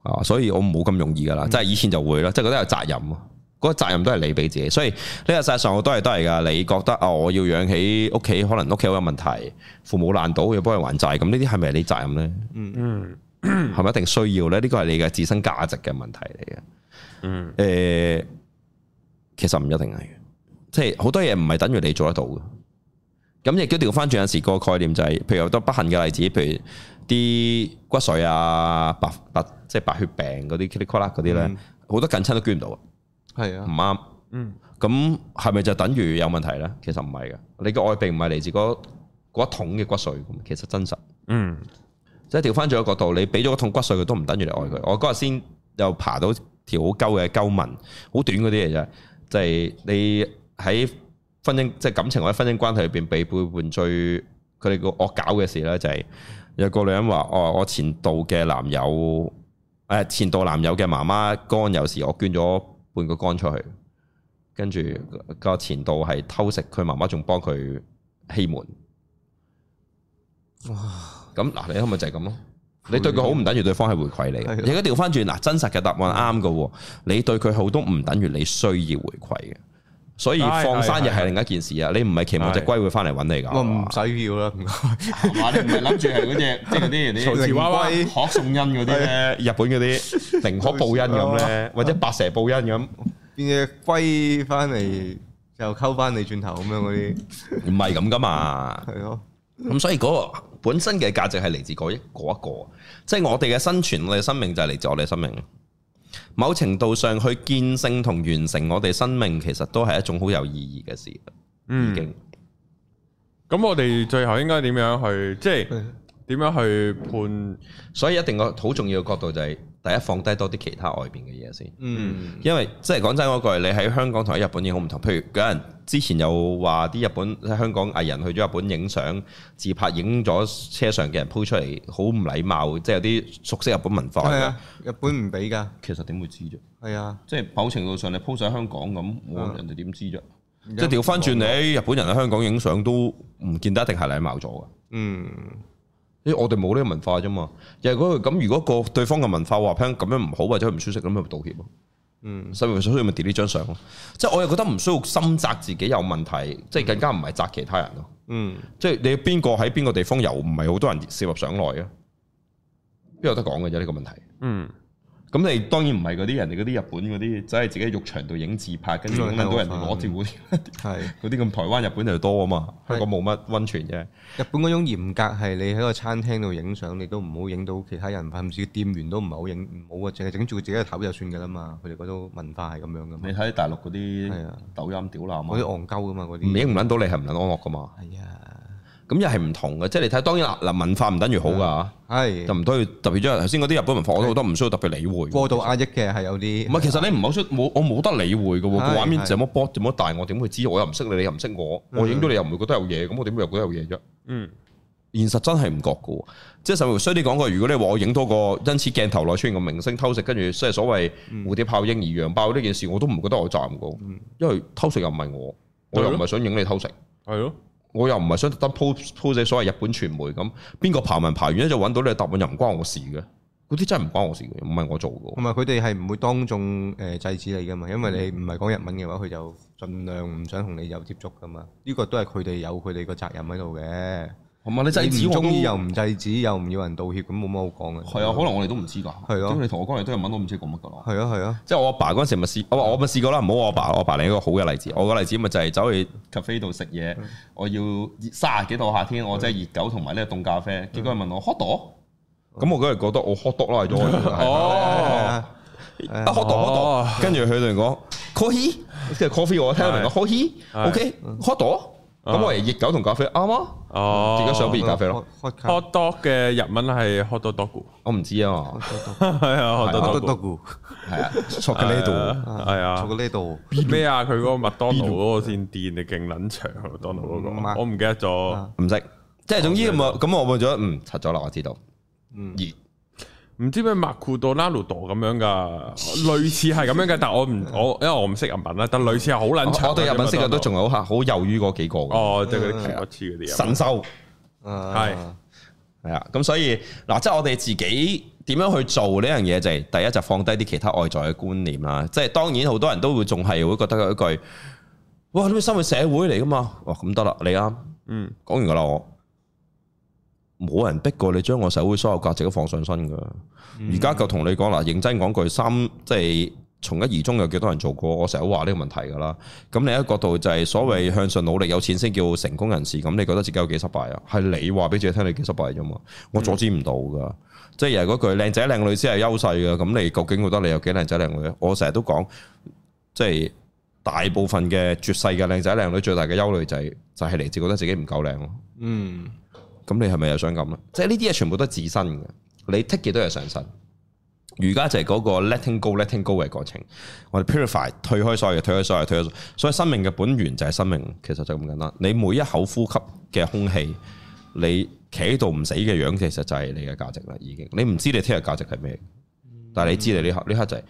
S2: 啊，所以我冇咁容易噶啦，即係以前就會啦，即係覺得有責任啊，嗰、個責任都係你俾自己，所以呢個世界上好多嘢都係噶，你覺得啊、我要養起屋企，可能屋企好有問題，父母爛賭要幫佢還債，咁呢啲係咪你責任呢？
S1: 嗯
S2: 係咪一定需要呢？呢個係你嘅自身價值嘅問題嚟嘅。呃
S1: 嗯
S2: 誒、其實唔一定係嘅，即係好多嘢唔係等於你做得到嘅。咁亦都調翻轉有時個概念就係、譬如有好多不幸嘅例子，譬如啲骨髓啊、白白即係白血病嗰啲 k i t 啦嗰啲咧，好、多近親都捐唔到啊，
S3: 係
S2: 唔
S3: 啊，
S2: 啱。
S1: 嗯，
S2: 咁係咪就等於有問題咧？其實唔係嘅，你嘅愛並唔係嚟自嗰嗰一桶嘅骨髓，其實真實。
S1: 嗯，
S2: 即係調翻轉個角度，你俾咗一桶骨髓，佢都唔等住你愛佢。我嗰日先又爬到條好鳩嘅鳩紋，好短嗰啲嚟啫，就係、你喺婚姻即係感情或者婚姻關係裏邊被背叛最佢哋個惡搞嘅事咧，就係、有個女人話：哦，我前度嘅男友誒、前度男友嘅媽媽肝有事，我捐咗半個肝出去，跟住個哦前度係偷食，佢媽媽仲幫佢欺瞞。咁嗱，你係咪就係咁咯？你對佢好唔啊等於對方係回饋你嘅。
S3: 係啊
S2: 而家調翻轉嗱，真實嘅答案啱嘅喎，你對佢好都唔等於你需要回饋嘅。所以
S1: 係
S2: 放
S1: 係
S2: 生又
S1: 係
S2: 係另一件事啊！你唔係期望只
S1: 係
S2: 龜會翻嚟揾你㗎。
S3: 我唔使要啦，唔該。
S2: 哇！你唔係諗住係嗰只，即係嗰啲人
S1: 曹
S2: 啲
S1: 瓷娃娃
S3: 靈龜
S2: 學送恩嗰啲咧，日本嗰啲寧可報恩
S3: <laughs>
S2: 咁咧，或者白蛇報恩咁，
S3: 變只龜翻嚟就溝翻你轉頭咁樣嗰啲，
S2: 唔係咁噶嘛。
S3: 係咯，
S2: 咁所以嗰個本身嘅價值係嚟自嗰一嗰一個，即係我哋嘅生存，我哋嘅生命就係嚟自我哋嘅生命。某程度上去見證同完成我哋生命，其實都係一種好有意義嘅事。
S3: 嗯
S2: 已經
S1: 嗯咁我哋最後應該點樣去，即係
S3: 嗯
S1: 點樣去判？
S2: 所以一定個好重要嘅角度就係第一放低多啲其他外邊嘅嘢先。
S3: 嗯，
S2: 因為即係講真嗰句，你喺香港同喺日本已經好唔同。譬如有人之前又話啲日本喺香港藝人去咗日本影相自拍，影咗車上嘅人 po 出嚟，好唔禮貌，即係有啲熟悉日本文化
S3: 係
S2: 嘅。
S3: 啊，日本唔俾㗎，
S2: 其實點會知啫？
S3: 係啊，
S2: 即係某程度上你 po 上香港咁，我人哋點知啫？即係
S3: 係
S2: 調翻轉你日本人喺香港影相都唔見得一定係禮貌咗嘅。
S3: 嗯，
S2: 因為我哋冇呢個文化啫嘛。又係嗰句咁，如果個對方嘅文化話聽咁樣唔好或者唔舒適，咁咪道歉咯。
S3: 嗯，
S2: 所以所以咪 delete 張相咯。即係我又覺得唔需要深責自己有問題，即係更加唔係責其他人咯。
S3: 嗯，
S2: 即係你邊個喺邊個地方又唔係好多人涉入相內嘅，邊有得講嘅啫呢個問題。
S1: 嗯，
S2: 咁你當然唔係嗰啲人哋嗰啲日本嗰啲，走喺自己浴場度影自拍，跟住
S3: 嗯
S2: 影到人哋攞照嗰啲
S3: 係。
S2: 嗰啲咁台灣、日本就多啊嘛，
S3: 嗯係
S2: 香港冇乜温泉啫。
S3: 日本嗰種嚴格係你喺個餐廳度影相，你都唔好影到其他人，甚至店員都唔係好影，唔好啊，淨係整住自己嘅頭就算㗎啦嘛。佢哋嗰種文化係咁樣㗎
S2: 你
S3: 嘛，
S2: 睇大陸嗰
S3: 係
S2: 啲
S3: 啊
S2: 抖音屌
S3: 嗰啲
S2: 鬧啊，
S3: 戇鳩㗎嘛，嗰
S2: 唔
S3: 啲
S2: 影唔撚到你係唔撚安樂噶嘛。
S3: 係啊，
S2: 咁又係唔同嘅，即係你睇當然啦，嗱文化唔等於好噶，
S3: 嗯
S2: 就
S3: 係
S2: 唔需要特別將頭先嗰啲日本文化我都覺得唔需要特別理會。
S3: 過度壓抑嘅係有
S2: 唔
S3: 啲，
S2: 啊係，其實你唔好出冇，我冇得理會嘅喎。
S3: 係
S2: 個畫面
S3: 係
S2: 這麼波，這麼大，我點會知？我又唔識你，你又唔識我，我影到你又唔會覺得有嘢，咁我點會又覺得有嘢啫？
S1: 嗯，
S2: 現實真係唔覺嘅喎，即係甚至乎衰啲講過，如果你話我影到個因此鏡頭內出現個明星偷食，跟住即係所謂蝴蝶效應而揚爆呢件事，我都唔覺得我責任嘅喎，因為偷食又唔係我，我又唔係想影你偷食。
S1: 係咯，
S2: 我又唔係想特登 po po 死所謂日本傳媒咁，邊個刨文刨完咧就揾到你嘅答案，又唔關我事嘅，嗰啲真係唔關我事嘅，唔係我做嘅
S3: 同。埋佢哋係唔會當眾誒制止你㗎嘛，因為
S2: 嗯
S3: 你唔係講日文嘅話，佢就盡量唔想同你有接觸㗎嘛。呢個都係佢哋有佢哋個責任喺度嘅。
S2: 同埋你制
S3: 你
S2: 止
S3: 唔
S2: 我都
S3: 中意又唔制止，又唔要人道歉，咁冇乜好講嘅。
S2: 係啊，可能我哋都唔知㗎。
S3: 係咯
S2: 咁你同我講嚟都係問我唔知講乜㗎咯。嗯
S3: 係啊係啊，
S2: 即係我阿爸嗰陣時咪試，我我咪試過啦。唔好我阿爸，我阿爸另一個好嘅例子。我個例子咪就係走去 cafe 度食嘢，我要熱三十幾度夏天，我真係熱狗同埋呢個凍咖啡。結果佢問我 hot dog，咁嗯我梗係覺得我哦 hot dog 啦，咗
S1: 哦，
S2: 啊 hot dog hot
S1: 哦
S2: dog，跟住佢哋講 coffee，即係嗯 coffee 我聽得明
S1: 係
S2: 講 coffee，OK hot dog，咁我嚟熱狗同咖啡啱啊，
S1: 哦，
S2: 自己想變熱咖啡咯，
S3: Hot- hot-
S1: hot dog 嘅日文係 hot dog dog，
S2: 我唔知啊嘛，
S1: 係啊，hot
S3: hot
S1: dog
S3: dog
S1: dog，
S3: dog。
S2: 係 <laughs> 啊，錯嘅呢度。
S1: 係啊
S3: 坐。過呢度，
S1: 咩啊？佢嗰個麥當勞嗰個線電你勁撚長啊，麥當勞嗰
S3: 嗯啊
S1: 個，我唔記得咗，
S2: 唔識，即係總之咁啊咁我換咗，嗯，拆咗啦，我知道。
S3: 嗯
S2: 而
S1: 唔知咩麥庫多拉魯多咁樣噶，類似係咁樣嘅，但我唔我因為我唔識日文啦，但類似係好撚長。
S2: 嗯啊哦我對日文識嘅都仲有好好幼於嗰幾個嘅，
S1: 啊哦，即係嗰啲奇骨黐嗰啲啊。
S2: 神獸
S3: 嗯
S1: 係
S3: 係
S2: 係啊，咁所以嗱，即係我哋自己點樣去做呢樣嘢就係、第一就放低啲其他外在嘅觀念啦。即係當然好多人都會仲係會覺得嗰一句，哇！呢個生活社會嚟噶嘛？哇！咁得啦，你啱
S1: 嗯
S2: 講完噶啦，我冇人逼過你將我社會所有價值都放上身噶。而家就同你講啦，認真講句，三即係從一而終有幾多人做過？我成日都話呢個問題㗎啦。咁另一個角度就係所謂向上努力，有錢先叫成功人士。咁你覺得自己有幾失敗啊？係你話俾自己聽你幾失敗啫嘛，我阻止唔到㗎。即係又係嗰句靚仔靚女先係優勢㗎。咁你究竟覺得你有幾靚仔靚女？我成日都講，即係大部分嘅絕世嘅靚仔靚女最大嘅憂慮就係就係嚟自覺得自己唔夠靚咯。
S3: 嗯，
S2: 咁你係咪又想咁咧？即係呢啲嘢全部都係自身嘅，你 take 嘅都係上身。而家就係嗰個 letting go，letting go 嘅過程。我哋 purify 退開所有嘢，退開所有嘢，退開所有嘢。所以生命嘅本源就係生命，其實就咁簡單。你每一口呼吸嘅空氣，你企喺度唔死嘅樣，其實就係你嘅價值啦。已經，你唔知你聽日價值係咩，但係你知你呢刻呢刻就係、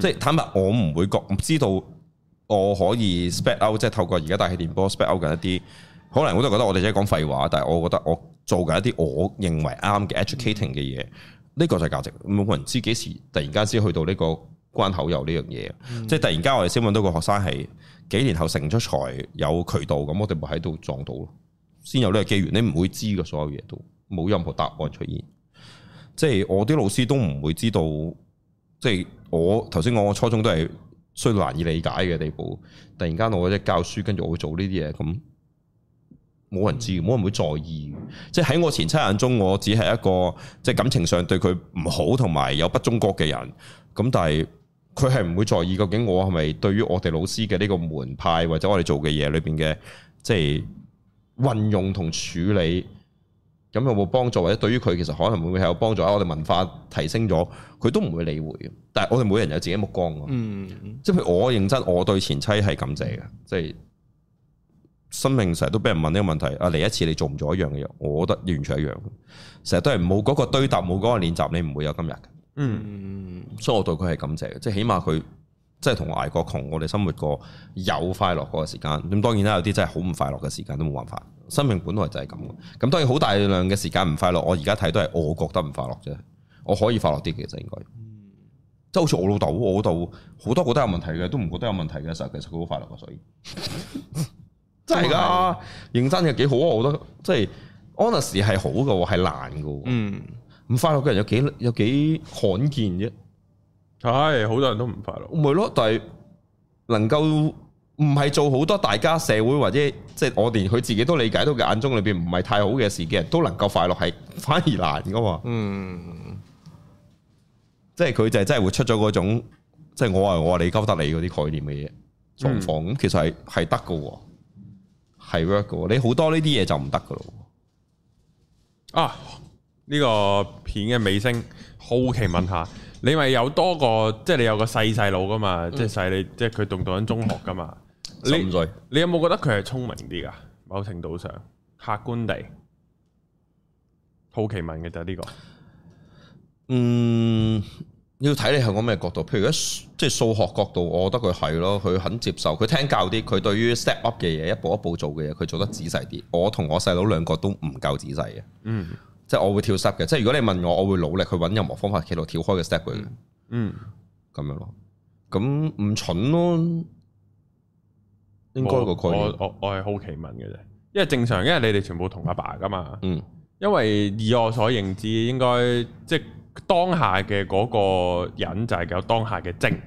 S2: 即係坦白，我唔會覺唔知道我可以 spec out，即係透過而家大氣電波 spec out 緊一啲，可能我都覺得我哋即係講廢話，但係我覺得我做緊一啲我認為啱嘅 educating 嘅嘢，呢、個就係價值。冇人知幾時突然間先去到呢個關口有呢樣嘢，即係突然間我哋先揾到個學生係幾年後成出才有渠道，咁我哋咪喺度撞到咯，先有呢個機緣。你唔會知嘅所有嘢都冇任何答案出現，即係我啲老師都唔會知道。即係我頭先講，我初中都係衰到難以理解嘅地步。突然間我即係教書，跟住我會做呢啲嘢，咁冇人知，冇人會在意。即係喺我前妻眼中，我只係一個即係感情上對佢唔好，同埋有不中國嘅人。咁但係佢係唔會在意究竟我係咪對於我哋老師嘅呢個門派或者我哋做嘅嘢裏邊嘅即係運用同處理。咁有冇幫助，或者對於佢其實可能會唔會係有幫助啊？我哋文化提升咗，佢都唔會理會嘅。但係我哋每人有自己目光啊㗎。
S3: 嗯，
S2: 即係譬如我認真，我對前妻係感謝嘅，即係生命成日都俾人問呢個問題啊！嚟一次你做唔做一樣嘅嘢？我覺得完全一樣，成日都係冇嗰個堆搭，冇嗰個練習，你唔會有今日嘅。
S1: 嗯
S2: 所以我對佢係感謝嘅，即係起碼佢即係同我捱過窮，我哋生活過有快樂過嘅時間。咁當然啦，有啲真係好唔快樂嘅時間都冇辦法。生命本來就係咁嘅。咁當然好大量嘅時間唔快樂，我而家睇都係我覺得唔快樂啫。我可以快樂啲嘅，其實應該。即係好似我老豆，我老豆好多覺得有問題嘅，都唔覺得有問題嘅時候，其實佢好快樂啊嘅，所以真係㗎，認真嘅幾好啊！我覺得即係 honest 係好嘅喎，係難嘅喎。
S3: 嗯，
S2: 唔快樂嘅人有幾有幾罕見啫？
S1: 係好多人都唔快樂。
S2: 咪咯，但係能夠唔係做好多大家社會或者即係我連佢自己都理解到嘅眼中裏邊唔係太好嘅事嘅人都能夠快樂，係反而難噶嘛。 <laughs>
S3: 嗯，
S2: 即係佢就係真係活出咗嗰種，即係我係我你鳩得你嗰啲概念嘅嘢狀況。咁、其實係係得嘅喎，係 work 嘅喎。你好多呢啲嘢就唔得嘅咯。
S1: 啊！呢、個片嘅尾聲，好奇問下，你咪有多個，即係你有個細細佬噶
S2: 嗯
S1: 嘛？即係細你，即係佢讀到緊中學噶嘛？
S2: 十五
S1: 你
S2: 歲
S1: 你有冇覺得佢係聰明啲噶？某程度上，客觀地，好奇問嘅就係呢、個。
S2: 嗯，要睇你係講咩角度。譬如一即係數學角度，我覺得佢係咯，佢肯接受，佢聽教啲，佢對於 step up 嘅嘢，一步一步做嘅嘢，佢做得仔細啲。我同我細佬兩個都唔夠仔細嘅，
S1: 嗯
S2: 即係我會跳 step 嘅。即係如果你問我，我會努力去揾任何方法企度跳開嘅 step 佢嘅
S1: 嗯，
S2: 咁樣咯。咁唔蠢咯，應該個概
S1: 我
S2: 念。
S1: 我我係好奇問嘅啫，因為正常，因為你哋全部同阿爸噶嘛。
S2: 嗯，
S1: 因為以我所認知，應該即係當下嘅嗰個人就係有當下嘅精，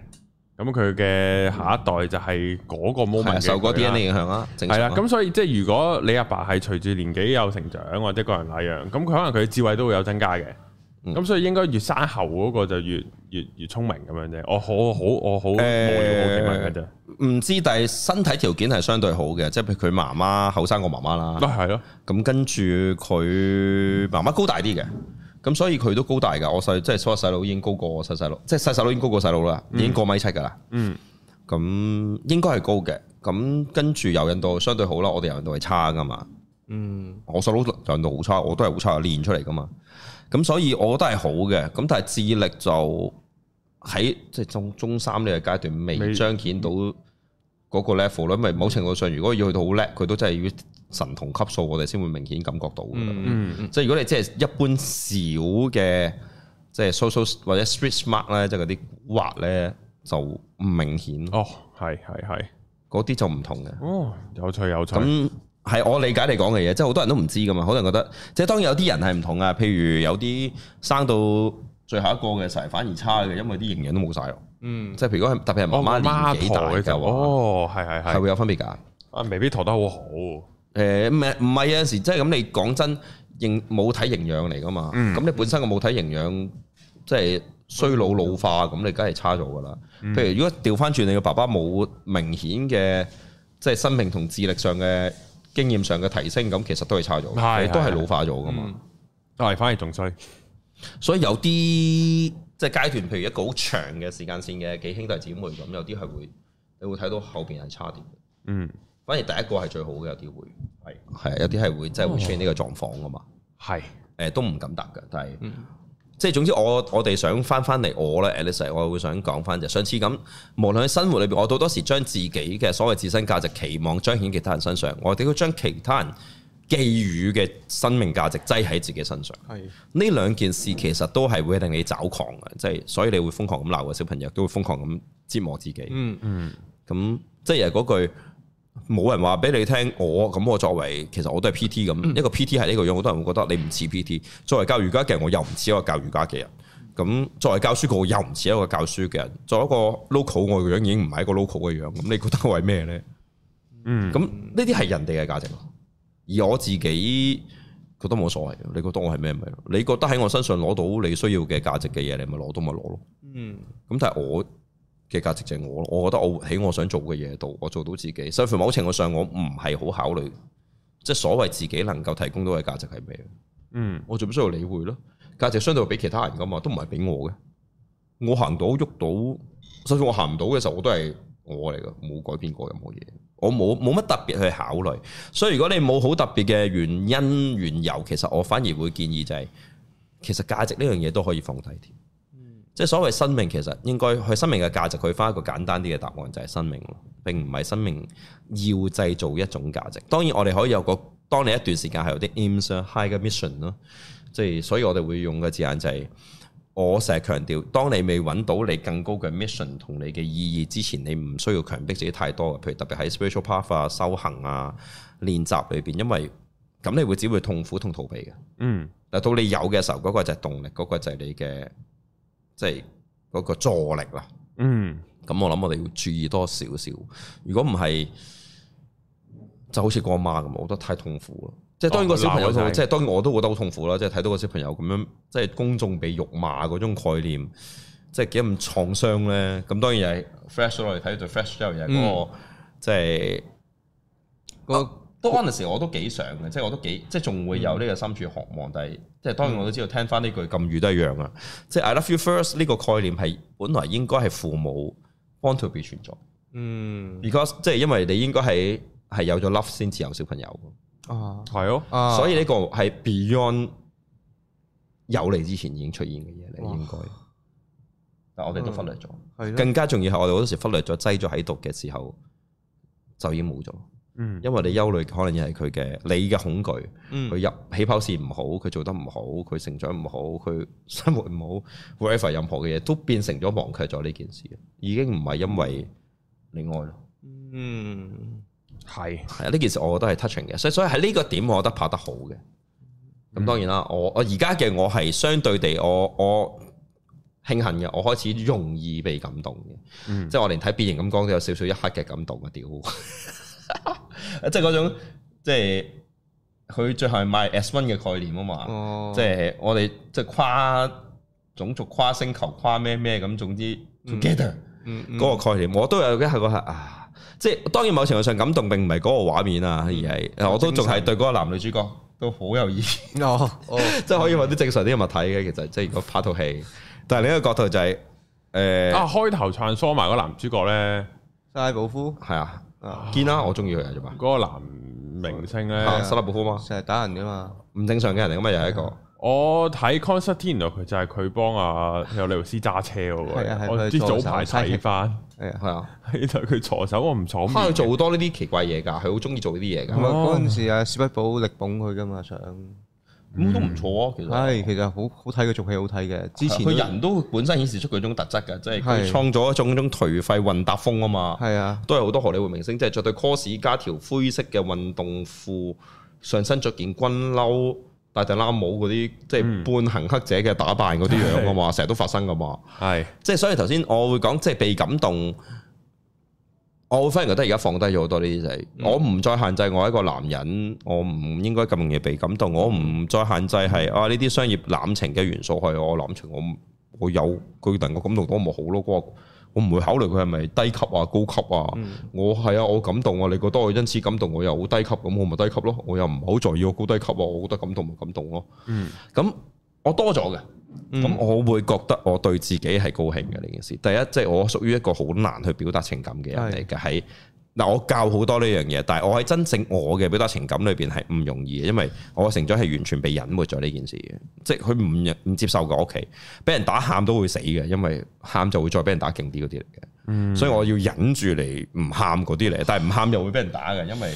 S1: 咁佢嘅下一代就係嗰個
S2: 係
S1: moment
S2: 啊
S1: 嘅
S2: 受
S1: 佢啦
S2: 嗰 DNA 影響啊，正
S1: 係
S2: 常
S1: 啦，
S2: 啊。
S1: 咁所以即係如果你阿爸係隨住年紀有成長或者個人那樣，咁佢可能佢智慧都會有增加嘅。
S2: 嗯
S1: 咁、所以應該越生後嗰個就越越越聰明咁樣啫。我好我好我好無聊好奇問嘅啫，
S2: 唔知，但係身體條件係相對好嘅，即係譬如佢媽媽後生過媽媽啦。
S1: 都係咯。
S2: 咁跟住佢媽媽高大啲嘅，咁所以佢都高大㗎。我細即係所有細佬已經高過我細細佬，即係細細佬已經高過細佬啦，已經過米七㗎啦。
S1: 嗯
S2: 咁應該係高嘅。咁跟住柔韌度相對好啦，我哋柔韌度係差㗎嘛。
S3: 嗯，
S2: 我細佬柔韌度好差，我都係好差，練出嚟㗎嘛。咁所以我覺得係好嘅。咁但係智力就喺即係中中三呢個階段未
S1: 未
S2: 彰顯到嗰個 level 咯。因為某程度上，如果要去到好叻，佢都真係要神童級數，我哋先會明顯感覺到㗎啦。
S1: 嗯
S2: 即係如果你即係一般小嘅，即係 social 或者 street smart 咧，即係嗰啲畫咧就唔明顯，
S1: 哦，係係係，
S2: 嗰啲就唔同嘅。
S1: 哦，有趣有趣。
S2: 咁係我理解你講嘅嘢，即係好多人都唔知噶嘛，好多人覺得，即係當然有啲人係唔同啊，譬如有啲生到最後一個嘅時候反而差嘅，因為啲營養都冇晒咯。
S3: 嗯，
S2: 即係如果係特別係
S1: 哦
S2: 媽媽年紀大
S1: 嘅就
S2: 嘅話，
S1: 哦，係係
S2: 係
S1: 係，
S2: 會有分別㗎。
S1: 啊未必陀得好好，
S2: 誒唔係唔係有陣時，即係咁你講真，營冇睇營養嚟噶嘛。咁、
S1: 嗯
S2: 你本身個冇睇營養，即係衰老老化，咁你梗係差咗噶啦。
S1: 嗯
S2: 譬如如果調翻轉，你個爸爸冇明顯嘅即係生命同智力上嘅經驗上嘅提升，咁其實都係差咗，
S1: 係
S2: 都係
S1: 係嗯
S2: 老化咗噶嘛。
S1: 啊但係反而仲衰，
S2: 所以有啲即係階段，譬如一個好長嘅時間線嘅幾兄弟姊妹咁，有啲係會你會睇到後邊係差啲嘅。
S1: 嗯，
S2: 反而第一個係最好嘅，有啲會係係有啲係會即係會出現呢個狀況噶嘛。
S1: 係
S2: 誒呃都唔敢答嘅，但係、即係總之我我哋想翻翻嚟我咧 a l i c 我會想講翻就上次咁，無論喺生活裏邊，我到多時將自己嘅所謂自身價值期望彰顯其他人身上，我哋都將其他人寄予嘅生命價值擠喺自己身上。
S3: 係
S2: 呢兩件事其實都係會令你抓狂嘅，即係所以你會瘋狂咁鬧個小朋友，都會瘋狂咁折磨自己。
S3: 嗯
S2: 咁即係嗰句，冇人話俾你聽我咁，我作為其實我都係 PT
S3: 嗯
S2: 咁，一個 PT 係呢個樣，好多人會覺得你唔似 PT。作為教瑜伽嘅人，我又唔似一個教瑜伽嘅人。咁作為教書嘅我又唔似一個教書嘅人。作為一個 local，我嘅樣已經唔係一個 local 嘅樣。咁你覺得我係咩呢？
S1: 嗯
S2: 咁呢啲係人哋嘅價值咯，而我自己覺得冇所謂嘅。你覺得我係咩咪咯？你覺得喺我身上攞到你需要嘅價值嘅嘢，你咪攞到咪攞咯。
S3: 嗯
S2: 咁但係我嘅價值就係我咯，我覺得我喺我想做嘅嘢度，我做到自己。甚至乎某程度上，我唔係好考慮，即係所謂自己能夠提供到嘅價值係咩？
S1: 嗯
S2: 我做乜需要理會咯？價值相對俾其他人噶嘛，都唔係俾我嘅。我行到喐到，甚至我行唔到嘅時候，我都係我嚟噶，冇改變過任何嘢。我冇冇乜特別去考慮，所以如果你冇好特別嘅原因緣由，其實我反而會建議就係、其實價值呢樣嘢都可以放低啲。即係所謂生命，其實應該佢生命嘅價值，佢翻一個簡單啲嘅答案就係生命咯，並唔係生命要製造一種價值。當然我哋可以有個，當你一段時間係有啲 aims 啊 high 嘅 mission 咯，即係所以我哋會用嘅字眼就係、我成日強調，當你未揾到你更高嘅 mission 同你嘅意義之前，你唔需要強迫自己太多嘅。譬如特別喺 spiritual path 啊、修行啊、練習裏邊，因為咁你會只會痛苦同逃避嘅。
S1: 嗯
S2: 嗱，到你有嘅時候，嗰、個就係動力，嗰、個就係你嘅即係嗰個助力啦。
S1: 嗯
S2: 咁我諗我哋要注意多少少，如果唔係就好似個阿媽咁，我覺得太痛苦咯。即係當然個小朋友
S1: 哦鬧個
S2: 就
S1: 仔
S2: 即係當然我都覺得好痛苦啦。即係睇到個小朋友咁樣，即係公眾被辱罵嗰種概念，即係幾咁創傷咧。咁當然又係 fresh 落嚟睇到 fresh 之後又係嗰
S3: 嗯
S2: 個即係。
S3: 啊個嗯
S2: 不過嗰陣時我都幾想嘅，即係我都幾即係仲會有呢個心處渴望，但係即係當然我都知道聽翻呢句禁語都一樣啊！即係 I love you first 呢個概念係本來應該係父母 want to be 存在
S3: 嗯
S2: ，because 即係因為你應該係係有咗 love 先至有小朋友，
S3: 啊
S1: 係咯，
S3: 啊，
S2: 所以呢個係 beyond 有你之前已經出現嘅嘢嚟，
S3: 哇
S2: 應該。但我哋都忽略咗，
S3: 係咯
S2: 更加重要係我哋好多時忽略咗擠咗喺度嘅時候就已經冇咗，
S1: 嗯
S2: 因為你憂慮可能係佢嘅你嘅恐懼。
S3: 嗯
S2: 佢入起跑線唔好，佢做得唔好，佢成長唔好，佢 <laughs> 生活唔好，whatever 任何嘅嘢都變成咗忘卻咗呢件事，已經唔係因為你愛咯。
S3: 嗯
S1: 係
S2: 係啊，呢件事我覺得係 touching 嘅，所以所以喺呢個點我覺得拍得好嘅。咁當然啦，我我而家嘅我係相對地，我我慶幸嘅，我開始容易被感動嘅，
S1: 嗯
S2: 即係我連睇變形金剛都有少少一刻嘅感動啊！屌， <laughs> 即係嗰種即係佢最後係賣 S one 嘅概念啊嘛。
S3: 哦，
S2: 即係我哋即係跨種族、跨星球、跨咩咩咁，總之 together
S3: 嗯嗯
S2: 嗰個概念，我都有一下嗰下啊，即係當然某程度上感動並唔係嗰個畫面啊，而係我都仲係對嗰個男女主角都好有意 <laughs> 見，
S3: 哦哦
S2: 即係可以揾啲正常啲嘅物體嘅，其實即係如果拍套戲，但係另一個角度就係呃誒
S1: 啊開頭 transform 埋個男主角咧，
S3: 沙保夫
S2: 係啊，
S3: 啊，
S2: 堅啦，我中意佢啊啫嘛，
S1: 嗰個男明星
S2: 啊
S1: 咧，
S2: 沙拉布夫嘛，嗯
S3: 成日打人噶嘛，
S2: 唔正常嘅人嚟噶嘛，又係一個。
S1: 我睇 Constantine 原來佢就係佢幫阿有利路斯揸車嗰個
S3: 係啊
S1: 嚟，
S3: 係佢
S1: 我唔知早
S3: 助手
S1: 排睇翻。
S3: 係啊。
S2: 係啊，
S1: 原來佢助手我唔坐面
S2: 翻去做多呢啲奇怪嘢㗎，佢好中意做呢啲嘢㗎
S3: 同，埋嗰陣時啊，史畢寶力捧佢噶嘛上，
S2: 咁都唔錯啊，其實。
S3: 係其實好好睇佢做戲好睇嘅。之前
S2: 佢人都本身顯示出佢種特質㗎，即係佢
S3: 係
S2: 創咗一種種頹廢混搭風啊嘛，
S3: 係啊，
S2: 都有好多荷里活明星，即係着對 cos 加條灰色嘅運動褲，上身着件軍褸，大隻喇帽嗰啲，即係半行乞者嘅打扮嗰啲樣啊嘛，成日都發生噶嘛。
S1: 係
S2: 即係所以頭先我會講，即係被感動，我會反而覺得而家放低咗好多呢啲就係，我唔再限制我一個男人，我唔應該咁容易被感動，我唔再限制係啊呢啲商業濫情嘅元素係我濫情，我唔我有佢能夠感動到我咪好咯，嗰個我唔會考慮佢係咪低級啊、高級啊，我係啊，我感動啊，你覺得我因此感動，我又好低級，咁我咪低級咯，我又唔好在意我高低級啊，我覺得感動咪感動咯，
S1: 嗯，
S2: 咁我多咗嘅。咁、我會覺得我對自己係高興嘅呢件事。第一，即、係、我屬於一個好難去表達情感嘅人嚟嘅，喺嗱我教好多呢樣嘢，但係我喺真正我嘅表達情感裏邊係唔容易嘅，因為我嘅成長係完全被隱沒咗呢件事嘅，即係佢唔唔接受我屋企，俾人打喊都會死嘅，因為喊就會再俾人打勁啲嗰啲嚟嘅，
S3: 嗯
S2: 所以我要忍住嚟唔喊嗰啲嚟，但係唔喊又會俾人打嘅，因為。
S3: 嗯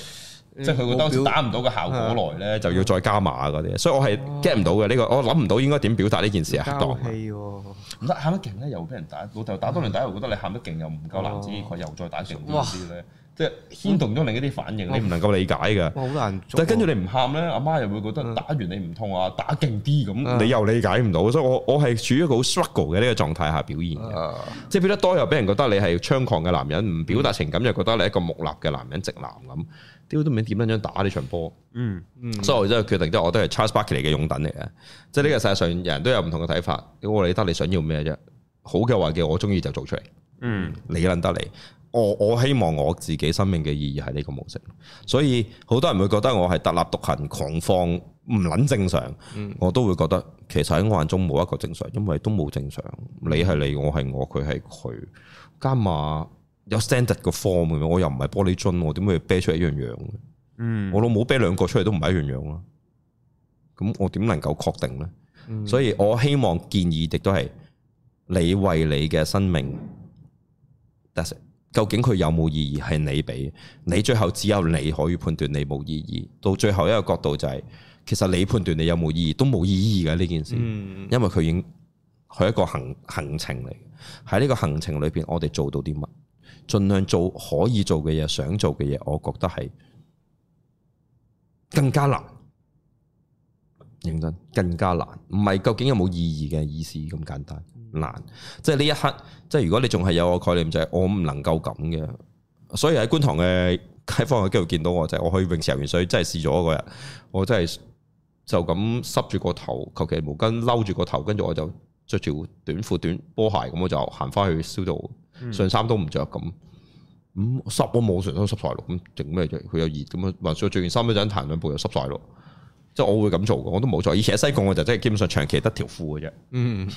S2: 即係佢個當時打唔到嘅效果來咧，就要再加碼嗰啲，所以我係 get 唔到嘅呢個，我諗唔到應該點表達呢件事啊，當
S3: 哦交氣喎，
S2: 唔得喊得勁咧，又俾人打，老豆打多兩打又覺得你喊得勁又唔夠男子氣概，又再打勁啲啲咧，即係牽動咗另一啲反應，你唔能夠理解嘅。
S3: 哇好難做
S2: 但
S3: 喎。
S2: 係跟住你唔喊咧，阿媽又會覺得打完你唔痛啊，打勁啲咁，你又理解唔到，所以我我係處於一個好 struggle 嘅呢個狀態下表現嘅。即係表得多又俾人覺得你係猖狂嘅男人，唔表達情感又覺得你係一個木訥嘅男人直男咁，屌都唔知點樣樣打呢場波。
S1: 嗯，
S2: 所以我真係決定，即係我都係 Charles Barkley 嘅擁躉嚟嘅。即係呢個世界上人都有唔同嘅睇法，我理得你想要咩啫？好嘅話嘅，我中意就做出嚟。
S1: 嗯，
S2: 你撚得你。我我希望我自己生命嘅意義係呢個模式，所以好多人會覺得我係特立獨行、狂放、唔撚正常，我都會覺得其實喺我眼中冇一個正常，因為都冇正常。你係你，我係我，佢係佢，加埋有 standard 個 form 咁樣，我又唔係玻璃樽，我點會啤出一樣樣？
S1: 嗯，
S2: 我老母啤兩個出嚟都唔係一樣樣啦。咁我點能夠確定呢？所以我希望建議亦都係你為你嘅生命，that's it，究竟佢有冇意義係你俾，你最後只有你可以判斷你冇意義。到最後一個角度就係、其實你判斷你有冇意義都冇意義嘅呢件事，
S3: 嗯
S2: 因為佢已經佢一個行行程嚟嘅。喺呢個行程裏邊，我哋做到啲乜？盡量做可以做嘅嘢，想做嘅嘢，我覺得係更加難。認真，更加難，唔係究竟有冇意義嘅意思咁簡單，難。即係呢一刻，即係如果你仲係有個概念就係、我唔能夠咁嘅，所以喺觀塘嘅街坊嘅機會見到我就係、我去泳池游完水，真係試咗嗰日，我真係就咁濕住個頭，求其毛巾摟住個頭，跟住我就着住短褲短波鞋咁，我就行翻去燒到上衫都唔着咁。咁濕我冇上身濕晒咯，咁整咩啫？佢又熱咁啊，還是我着件衫嗰陣彈兩步又濕晒咯。即係我會咁做嘅，我都冇做。以前喺西貢我就真係基本上長期得條褲嘅啫。
S3: 嗯，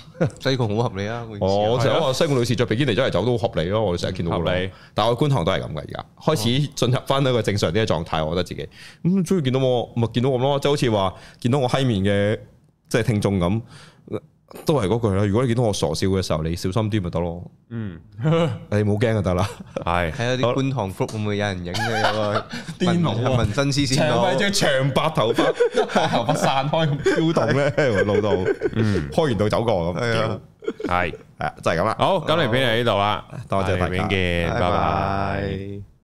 S3: 西貢好合理啊！個意思係
S2: 哦我成日話西貢女士着比堅尼真係走都好嗯合理哦咯，我哋成日見到
S1: 合理
S2: 佢。但係我觀塘都係咁嘅，而家開始進入翻一個正常啲嘅狀態，我覺得自己咁中意見到我，咪見到我咯，即係好似話見到我閪面嘅即係聽眾咁，都係嗰句啦。如果你見到我傻笑嘅時候，你小心啲咪得咯，
S1: 嗯，
S2: 你冇驚就得啦。
S1: 係
S3: 睇下啲觀塘 f 會唔會有人影嘅有個
S2: <laughs> 癲佬啊
S3: 紋身師先
S2: 長
S3: 到
S2: 咪，將長白頭 <laughs> 髮，頭髮散開咁飄動咧， <laughs> 老到開完到走過咁，
S3: 係啊
S2: 係
S1: 係，
S2: 啊，就係咁啦。
S1: 好，咁嚟片嚟呢度啦，
S2: 多謝
S1: 我哋
S2: 大家
S1: 片見，拜拜。
S3: 拜。